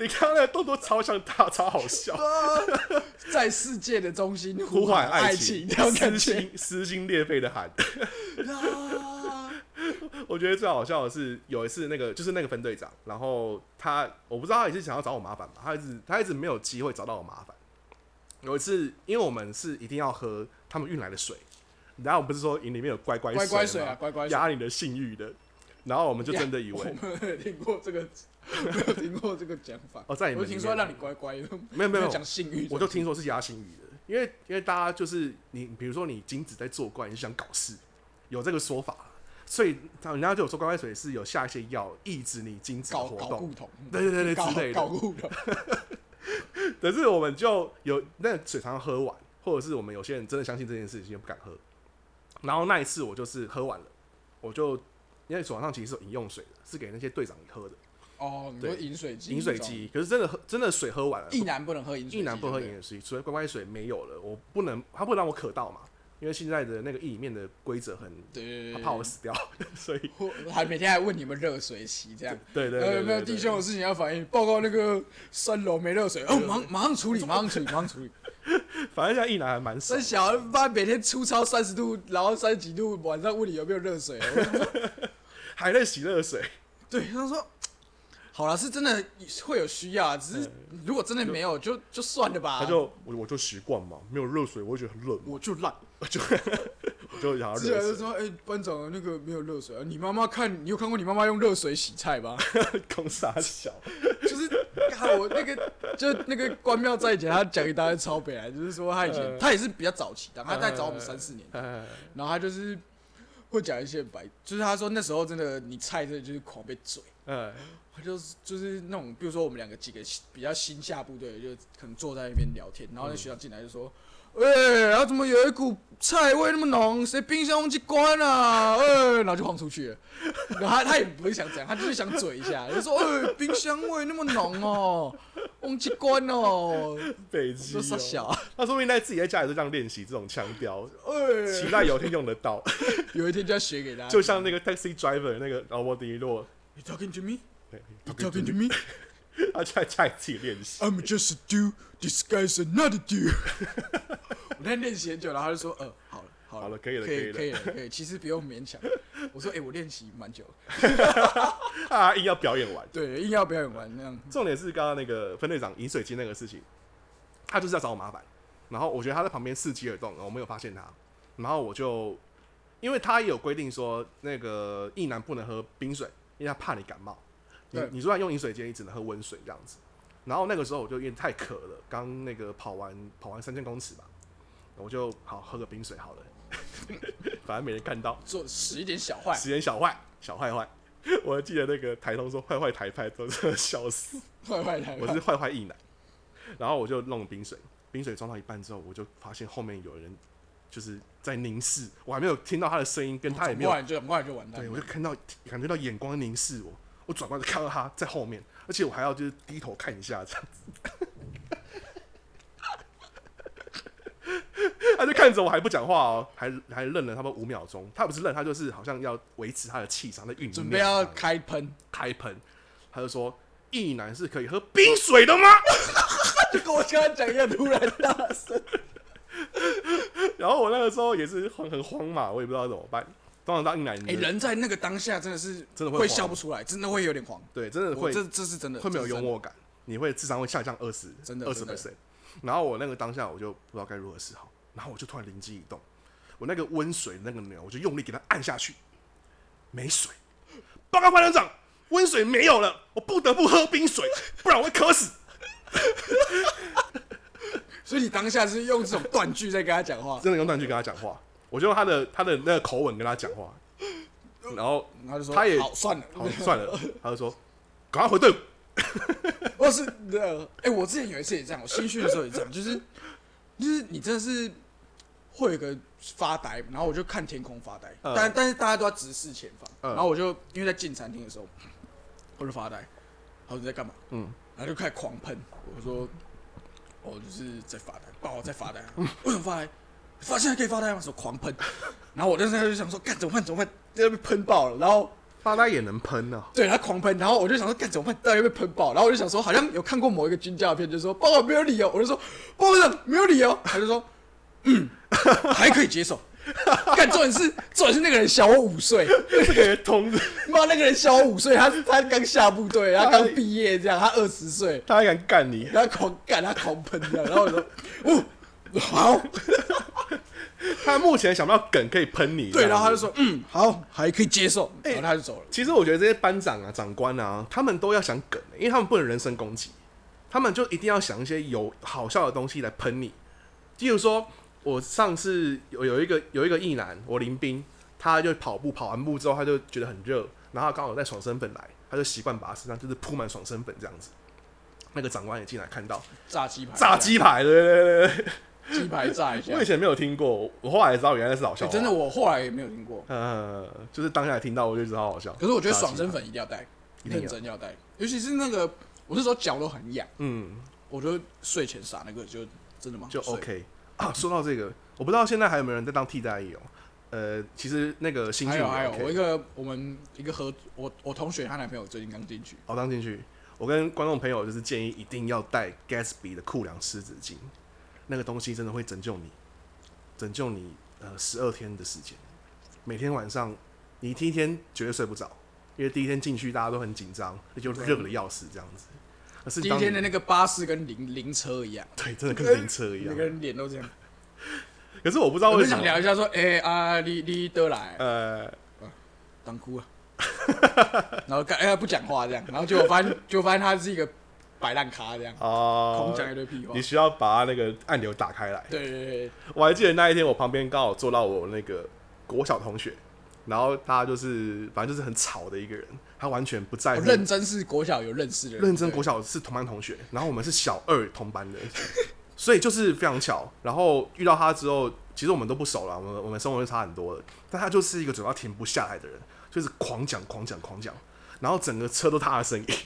[SPEAKER 1] 你看那个动作超像他，超好笑。
[SPEAKER 2] 在世界的中心
[SPEAKER 1] 呼
[SPEAKER 2] 喊
[SPEAKER 1] 喊爱
[SPEAKER 2] 爱
[SPEAKER 1] 情，
[SPEAKER 2] 这种
[SPEAKER 1] 撕
[SPEAKER 2] 感觉。
[SPEAKER 1] 心撕心裂肺的喊。
[SPEAKER 2] 啊
[SPEAKER 1] 我觉得最好笑的是有一次那个就是那个分队长，然后他我不知道他也是想要找我麻烦吧，他一直他一直没有机会找到我麻烦。有一次，因为我们是一定要喝他们运来的水，然后我不是说营里面有乖乖
[SPEAKER 2] 乖乖
[SPEAKER 1] 水
[SPEAKER 2] 水啊
[SPEAKER 1] 吗
[SPEAKER 2] 乖乖水
[SPEAKER 1] 压你的性欲的，然后我们就真的以为
[SPEAKER 2] 我们有听过这个没有听过这个讲法。
[SPEAKER 1] 哦在你
[SPEAKER 2] 我
[SPEAKER 1] 们
[SPEAKER 2] 听
[SPEAKER 1] 里
[SPEAKER 2] 说
[SPEAKER 1] 面
[SPEAKER 2] 让你乖乖的，
[SPEAKER 1] 没有没有
[SPEAKER 2] 讲性欲，
[SPEAKER 1] 我就听说是压性鱼的，因为因为大家就是你，比如说你精子在作怪，你就想搞事，有这个说法，所以人家就有说乖乖水是有下一些药抑制你精子的
[SPEAKER 2] 搞
[SPEAKER 1] 活
[SPEAKER 2] 搞
[SPEAKER 1] 动
[SPEAKER 2] 固，酮，
[SPEAKER 1] 对对对对
[SPEAKER 2] 搞
[SPEAKER 1] 之类
[SPEAKER 2] 搞
[SPEAKER 1] 的。
[SPEAKER 2] 固酮，
[SPEAKER 1] 可是我们就有那水常常喝完，或者是我们有些人真的相信这件事情就不敢喝。然后那一次我就是喝完了，我就因为手上其实是有饮用水的，是给那些队长喝的
[SPEAKER 2] 哦，你说
[SPEAKER 1] 对
[SPEAKER 2] 饮水机，
[SPEAKER 1] 饮水，机，可是真的喝真的水喝完了，
[SPEAKER 2] 一男不能喝饮水机，
[SPEAKER 1] 一男不喝
[SPEAKER 2] 对
[SPEAKER 1] 饮水，除非乖乖水没有了，我不能，他不能让我渴到嘛，因为现在的那个意里面的规则很，
[SPEAKER 2] 不对，对对
[SPEAKER 1] 他
[SPEAKER 2] 对，
[SPEAKER 1] 怕我死掉， 所以
[SPEAKER 2] 我还每天还问你们热水器这样。
[SPEAKER 1] 对对对
[SPEAKER 2] 呃，
[SPEAKER 1] 对
[SPEAKER 2] 有没有
[SPEAKER 1] 对对
[SPEAKER 2] 弟兄有事情要反映？报告那个三楼没 热水，哦，马上马上处理，马上处理，马上处理。
[SPEAKER 1] 反正现在一男还蛮少
[SPEAKER 2] 三，小妈每天粗糙三十度，然后三十几度，晚上问你有没有热水。 我就说
[SPEAKER 1] 还在洗热水，
[SPEAKER 2] 对，他说好了，是真的会有需要啊，只是如果真的没有，就就算了吧。
[SPEAKER 1] 他就我我就习惯嘛，没有热水我会觉得很冷嘛，
[SPEAKER 2] 我就烂，
[SPEAKER 1] 我就想要
[SPEAKER 2] 之前就
[SPEAKER 1] 热水，
[SPEAKER 2] 说，哎、班长那个没有热水啊，你妈妈看你有看过你妈妈用热水洗菜吧？
[SPEAKER 1] 空傻 小，
[SPEAKER 2] 就是看我那个，就那个关庙在以前，他讲一大堆超北来，就是说他以前他也是比较早期的，他在找我们三四年，
[SPEAKER 1] 哎
[SPEAKER 2] 然后他就是会讲一些白，就是他说那时候真的你菜真的就是狂被嘴，
[SPEAKER 1] 哎
[SPEAKER 2] 他就是就是那种，比如说我们两个几个比较新下部队，就可能坐在那边聊天，然后那学长进来就说。哎、然后怎么有一股菜味那么浓？谁冰箱忘记关啊？哎、然后就晃出去了。然后他他也不是想这样，他就是想嘴一下，就说：“哎、冰箱味那么浓哦，忘记关哦。
[SPEAKER 1] 北”极
[SPEAKER 2] 就傻
[SPEAKER 1] 哦，
[SPEAKER 2] 小啊，
[SPEAKER 1] 他说不定在自己在家里就这样练习这种腔调，
[SPEAKER 2] 哎、
[SPEAKER 1] 期待有一天用得 到，
[SPEAKER 2] 有一天就要学给大家。
[SPEAKER 1] 就像那个 taxi driver 那个劳勃迪洛，
[SPEAKER 2] You talking to me?
[SPEAKER 1] 对
[SPEAKER 2] You talking to me?
[SPEAKER 1] 他就在家里自己练习，
[SPEAKER 2] I'm just a dude disguised another dude 。 我在练习很久，然后他就说：“呃，好了，好了，
[SPEAKER 1] 好了可以了
[SPEAKER 2] 可
[SPEAKER 1] 可
[SPEAKER 2] 可以
[SPEAKER 1] 以
[SPEAKER 2] 了，可以。其实不用勉强。”我说：“哎、我练习蛮久了，
[SPEAKER 1] 他硬要表演完。
[SPEAKER 2] 对，硬要表演完那样。
[SPEAKER 1] 重点是刚刚那个分队长饮水机那个事情，他就是要找我麻烦。然后我觉得他在旁边伺机而动，我没有发现他。然后我就，因为他也有规定说，那个一男不能喝冰水，因为他怕你感冒。你
[SPEAKER 2] 对
[SPEAKER 1] 你虽然用饮水机，你只能喝温水这样子。然后那个时候我就因为太渴了，刚那个跑完跑完三千公尺吧，我就好喝个冰水好了， 反正没人看到，
[SPEAKER 2] 做使一点小坏，
[SPEAKER 1] 时间小坏小坏坏。 我还记得那个台通说坏坏台派都是笑死。
[SPEAKER 2] 坏坏的。
[SPEAKER 1] 我是坏坏一男，然后我就弄冰水，冰水装到一半之后，我就发现后面有人就是在凝视，我还没有听到他的声音，跟他也没
[SPEAKER 2] 不
[SPEAKER 1] 有，
[SPEAKER 2] 然就不然就完蛋
[SPEAKER 1] 对
[SPEAKER 2] 了。
[SPEAKER 1] 我就看到感觉到眼光凝视我，我转过来就看到他在后面，而且我还要就是低头看一下这样子， 他就看着我还不讲话哦，还还愣了差不多五秒钟，他不是愣，他就是好像要维持他的气场，在酝酿，
[SPEAKER 2] 准备要开 喷，
[SPEAKER 1] 开喷，他就说。一男是可以喝冰水的吗？
[SPEAKER 2] 他就跟我刚刚讲一样，突然大 声。
[SPEAKER 1] 然后我那个时候也是很很慌嘛，我也不知道怎么办。通常当一男
[SPEAKER 2] 哎、人在那个当下真的是
[SPEAKER 1] 真的会
[SPEAKER 2] 会
[SPEAKER 1] 慌
[SPEAKER 2] 笑不出来，真的会有点狂。
[SPEAKER 1] 对，真的
[SPEAKER 2] 我
[SPEAKER 1] 会
[SPEAKER 2] 这这是真的，
[SPEAKER 1] 会没有
[SPEAKER 2] 这是
[SPEAKER 1] 幽
[SPEAKER 2] 真的。
[SPEAKER 1] 默感，你会智商会下降二十，
[SPEAKER 2] 真的
[SPEAKER 1] 二十
[SPEAKER 2] 真的
[SPEAKER 1] percent。然后我那个当下我就不知道该如何是好，然后我就突然灵机一动，我那个温水那个钮，我就用力给它按下去，没水。报告班长长，温水没有了，我不得不喝冰水，不然我会渴死。
[SPEAKER 2] 所以你当下是用这种断句在跟他讲话，
[SPEAKER 1] 真的用断句跟他讲话，我就用他的他的那个口吻跟他讲话，然后
[SPEAKER 2] 然后就说：“
[SPEAKER 1] 他也
[SPEAKER 2] 好，算了，
[SPEAKER 1] 好算了，他就说赶快回队伍。
[SPEAKER 2] 我是呃，哎、我之前有一次也这样，我新训的时候也这样，就是就是你真的是会有一个发呆，然后我就看天空发呆，
[SPEAKER 1] 嗯
[SPEAKER 2] 但但是大家都要直视前方，
[SPEAKER 1] 嗯
[SPEAKER 2] 然后我就因为在进餐厅的时候，我就发呆，然后你在干嘛？
[SPEAKER 1] 嗯，
[SPEAKER 2] 然后就开始狂喷，我说我就是在发呆，爸，我在发呆，啊为什么发呆？发现在可以发呆吗？说狂喷， 然后我当时就想说，干怎么办？怎么办？要被喷爆了，然后。
[SPEAKER 1] 发呆也能喷哦呢、
[SPEAKER 2] 对他狂喷，然后我就想说，干怎么办？到底会被喷爆？然后我就想说，好像有看过某一个军教片，就说报告没有理由，我就说报告长没有理由，他就说嗯，还可以接受。干重点是重点是那个人小我五岁，
[SPEAKER 1] 这个人通，
[SPEAKER 2] 妈那个人小我五岁，他他刚下部队，他刚毕业这样，他二十岁，
[SPEAKER 1] 他还敢干你，
[SPEAKER 2] 他狂干，他狂喷这样，然后我说哦好，
[SPEAKER 1] 他目前想不到梗可以喷你。
[SPEAKER 2] 对，
[SPEAKER 1] 这样子
[SPEAKER 2] 然后他就，说，嗯，好，还可以接受，
[SPEAKER 1] 哎
[SPEAKER 2] 然后他就走了。
[SPEAKER 1] 其实我觉得这些班长啊、长官啊，他们都要想梗、因为他们不能人身攻击，他们就一定要想一些有好笑的东西来喷你。例如说，我上次有有一个 有一个异男，我林斌，他就跑步跑完步之后，他就觉得很热，然后他刚好在爽身粉来，他就习惯把他身上就是铺满爽身粉这样子。那个长官也进来看到
[SPEAKER 2] 炸鸡排，
[SPEAKER 1] 炸鸡排，对对对对对，
[SPEAKER 2] 鸡排炸一下
[SPEAKER 1] 我以。前没有听过，我后来知道原来是老笑
[SPEAKER 2] 哎
[SPEAKER 1] 话、
[SPEAKER 2] 真的，，我后来也没有听过。
[SPEAKER 1] 呃，就是当下听到我就知道好笑。
[SPEAKER 2] 可是我觉得爽
[SPEAKER 1] 炸鸡
[SPEAKER 2] 身
[SPEAKER 1] 排，
[SPEAKER 2] 粉一定要带，
[SPEAKER 1] 一定
[SPEAKER 2] 认
[SPEAKER 1] 要
[SPEAKER 2] 真要带，尤其是那个，我那时候脚都很痒，
[SPEAKER 1] 嗯，
[SPEAKER 2] 我就睡前撒那个就真的蛮好
[SPEAKER 1] 就
[SPEAKER 2] 睡
[SPEAKER 1] OK 啊。说到这个，我不知道现在还有没有人在当替代役哦。呃，其实那个新
[SPEAKER 2] 还
[SPEAKER 1] 进
[SPEAKER 2] 有
[SPEAKER 1] 的
[SPEAKER 2] 还有，我
[SPEAKER 1] OK，
[SPEAKER 2] 一个我们一个合我我同学她男朋友最近刚进去，
[SPEAKER 1] 熬哦当进去，我跟观众朋友就是建议一定要带 Gatsby 的酷凉湿纸巾，那个东西真的会拯救你，拯救你呃十二天的时间。每天晚上你第一天绝对睡不着，因为第一天进去大家都很紧张，那就热的要死这样子。可是
[SPEAKER 2] 第一
[SPEAKER 1] 当
[SPEAKER 2] 天
[SPEAKER 1] 你
[SPEAKER 2] 的那个巴士跟灵灵车一样，
[SPEAKER 1] 对，真的跟灵车一样
[SPEAKER 2] 每个。人脸都这样。
[SPEAKER 1] 可是我不知道
[SPEAKER 2] 我
[SPEAKER 1] 为
[SPEAKER 2] 们
[SPEAKER 1] 什
[SPEAKER 2] 想
[SPEAKER 1] 么，
[SPEAKER 2] 聊一下说，哎啊，你你得来
[SPEAKER 1] 呃，
[SPEAKER 2] 当哭 啊，然后干哎不讲话这样，然后结果发现 就发现他是一个摆烂咖这样，
[SPEAKER 1] 哦
[SPEAKER 2] 空，讲一堆屁话
[SPEAKER 1] 你。需要把它那个按钮打开来。
[SPEAKER 2] 对对对，
[SPEAKER 1] 我还记得那一天，我旁边刚好坐到我那个国小同学，然后他就是反正就是很吵的一个人，他完全不在
[SPEAKER 2] 我
[SPEAKER 1] 乎。
[SPEAKER 2] 认真哦是国小有认识的人，
[SPEAKER 1] 认真
[SPEAKER 2] 对
[SPEAKER 1] 国小是同班同学，然后我们是小二同班的， 所以就是非常巧。然后遇到他之后，其实我们都不熟了，我们我们生活就差很多了。但他就是一个嘴巴停不下来的人，就是狂讲狂讲狂讲，然后整个车都他的声音。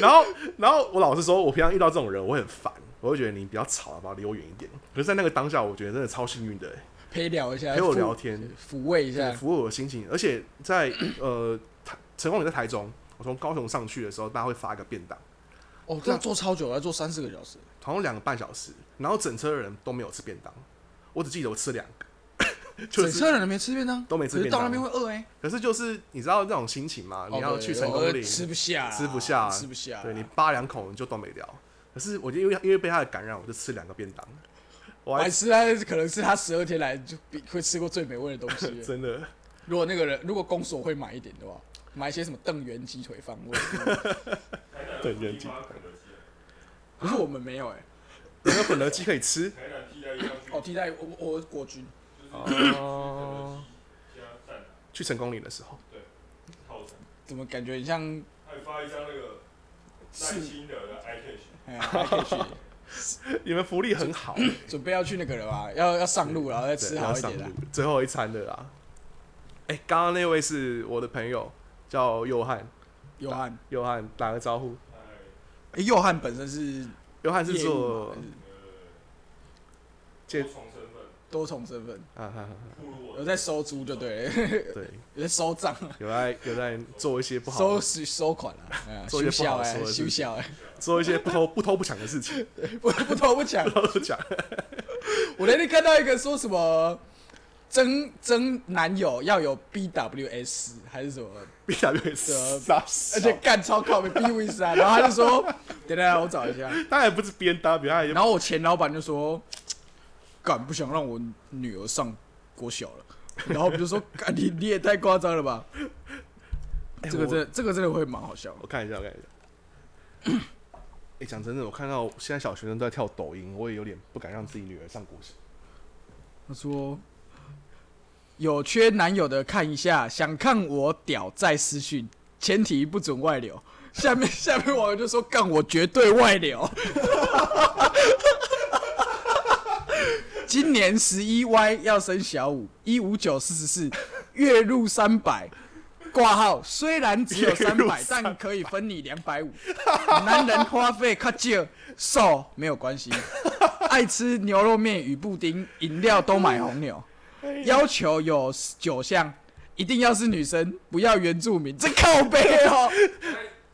[SPEAKER 1] 然后然后我老实说，我平常遇到这种人，我会很烦，我会觉得你比较吵，好不好离我远一点。可是，在那个当下，我觉得真的超幸运的、欸。
[SPEAKER 2] 陪聊一下，
[SPEAKER 1] 陪我
[SPEAKER 2] 抚
[SPEAKER 1] 聊天，
[SPEAKER 2] 抚慰一
[SPEAKER 1] 对，
[SPEAKER 2] 下。
[SPEAKER 1] 服务我的心情。而且在呃，台成功也在台中，我从高雄上去的时候，大家会发一个便当，
[SPEAKER 2] 哦，这样坐超久，要坐三四个小时。
[SPEAKER 1] 好像两个半小时，然后整车的人都没有吃便当，我只记得我吃两个， 就
[SPEAKER 2] 整
[SPEAKER 1] 是。
[SPEAKER 2] 车人没吃便当，
[SPEAKER 1] 都没吃
[SPEAKER 2] 可是
[SPEAKER 1] 便当
[SPEAKER 2] 到那边会饿哎。
[SPEAKER 1] 可是就是你知道那种心情嘛，你要去成功
[SPEAKER 2] 哦
[SPEAKER 1] 岭
[SPEAKER 2] 对，吃不下，
[SPEAKER 1] 吃不下
[SPEAKER 2] 吃不下。
[SPEAKER 1] 对你扒两口你就都没掉。可是我就因为因为被他的感染，我就吃两个便当，我还
[SPEAKER 2] 白痴，他可能是他十二天来就比会吃过最美味的东 西了。
[SPEAKER 1] 真的
[SPEAKER 2] 如果那个人，如果公所会买一点的话，买一些什么邓源鸡腿饭，我也不 知道
[SPEAKER 1] 等人机，
[SPEAKER 2] 可是我们没有哎。
[SPEAKER 1] 没有肯德基可以吃
[SPEAKER 3] 台南替代一样去
[SPEAKER 2] 哦，替代我我我是国军，
[SPEAKER 1] 哦。
[SPEAKER 3] 加蛋
[SPEAKER 1] 去成功岭的时候，
[SPEAKER 3] 套餐，
[SPEAKER 2] 怎么感觉很像
[SPEAKER 3] 还发一张那个耐
[SPEAKER 2] 是？
[SPEAKER 3] 心的 i c a s
[SPEAKER 2] 哎呀，还可以去。
[SPEAKER 1] 你们福利很 好、
[SPEAKER 2] 准备要去那个了吧？要要上路，然后再
[SPEAKER 1] 对
[SPEAKER 2] 吃
[SPEAKER 1] 要
[SPEAKER 2] 好一
[SPEAKER 1] 上
[SPEAKER 2] 点啦啊
[SPEAKER 1] 路。了最后一餐的啦。哎、刚刚那位是我的朋友，叫佑汉，
[SPEAKER 2] 佑汉，
[SPEAKER 1] 佑汉打个招呼。
[SPEAKER 2] 哎佑汉本身是
[SPEAKER 1] 佑汉是
[SPEAKER 2] 业务嘛
[SPEAKER 1] 做
[SPEAKER 2] 还是
[SPEAKER 1] 借
[SPEAKER 3] 多重身份
[SPEAKER 2] 多重身份，
[SPEAKER 1] 啊哈哈，
[SPEAKER 3] 不如我
[SPEAKER 2] 有在收租就对了，
[SPEAKER 1] 对，
[SPEAKER 2] 有在收账、
[SPEAKER 1] 有在有在做一些不好
[SPEAKER 2] 收
[SPEAKER 1] 的，
[SPEAKER 2] 拾收款啊，哎呀
[SPEAKER 1] 做一
[SPEAKER 2] 休
[SPEAKER 1] 些不
[SPEAKER 2] 校
[SPEAKER 1] 好
[SPEAKER 2] 哎，
[SPEAKER 1] 说的事
[SPEAKER 2] 休
[SPEAKER 1] 情
[SPEAKER 2] 校哎，
[SPEAKER 1] 做一些不偷不偷不抢的事情，
[SPEAKER 2] 不不偷不抢
[SPEAKER 1] 不。偷不抢。
[SPEAKER 2] 我那天看到一个说什么争争男友要有 BWS 还是什么，
[SPEAKER 1] B W
[SPEAKER 2] 啊
[SPEAKER 1] 傻笑，
[SPEAKER 2] 而且干超靠背 BWS 啊，然后他就说，等等我找一下，
[SPEAKER 1] 当然不是 B N W，他也
[SPEAKER 2] 然后我前老板就说，干不想让我女儿上国小了，然后我们就说，干你你也太夸张了吧，
[SPEAKER 1] 哎
[SPEAKER 2] 这个
[SPEAKER 1] 我
[SPEAKER 2] 真的这个真的会蛮好笑的。
[SPEAKER 1] 我看一下，我看一下。 哎、讲真的，我看到现在小学生都在跳抖音，我也有点不敢让自己女儿上国小。
[SPEAKER 2] 他说：“有缺男友的看一下，想看我屌再私讯，前提不准外流。”下面 下面网友就说：“干我绝对外流。”今年十一 Y 要升小五，一五九四十四，月入三百。挂号虽然只有三
[SPEAKER 1] 月入
[SPEAKER 2] 百，但可以分你两百五。男人花费较少，瘦没有关系。爱吃牛肉面与布丁，饮料都买红牛。要求有九项，一定要是女生，不要原住民，这靠背哦。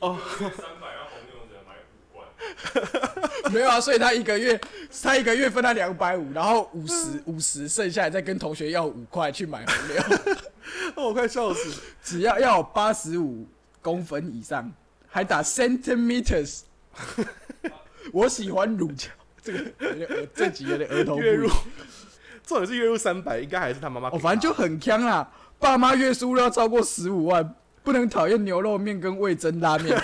[SPEAKER 3] 哦，三百要红牛只能买五罐，
[SPEAKER 2] 没有啊，所以他一个月，他一个月分他两百五，然后五十五十，剩下来再跟同学要五块去买红牛。
[SPEAKER 1] 哦，我快笑死了！
[SPEAKER 2] 只要要八十五公分以上，还打 centimeters。我喜欢乳胶，这个有点儿这集有点儿童不宜
[SPEAKER 1] 月入重点是月入三百，应该还是他妈妈给
[SPEAKER 2] 哦，
[SPEAKER 1] 他。
[SPEAKER 2] 反正就很坑啦。爸妈月收入要超过十五万，不能讨厌牛肉面跟味增拉 面，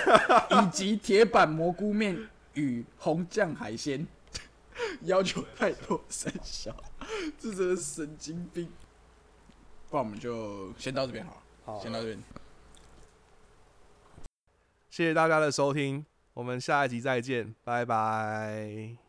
[SPEAKER 2] 以及铁板蘑菇面与红酱海鲜，要求太多，三小，这真的是神经病。不然我们就先到这边好了，
[SPEAKER 1] 好
[SPEAKER 2] 先到这边。
[SPEAKER 1] 谢谢大家的收听，我们下一集再见，拜拜。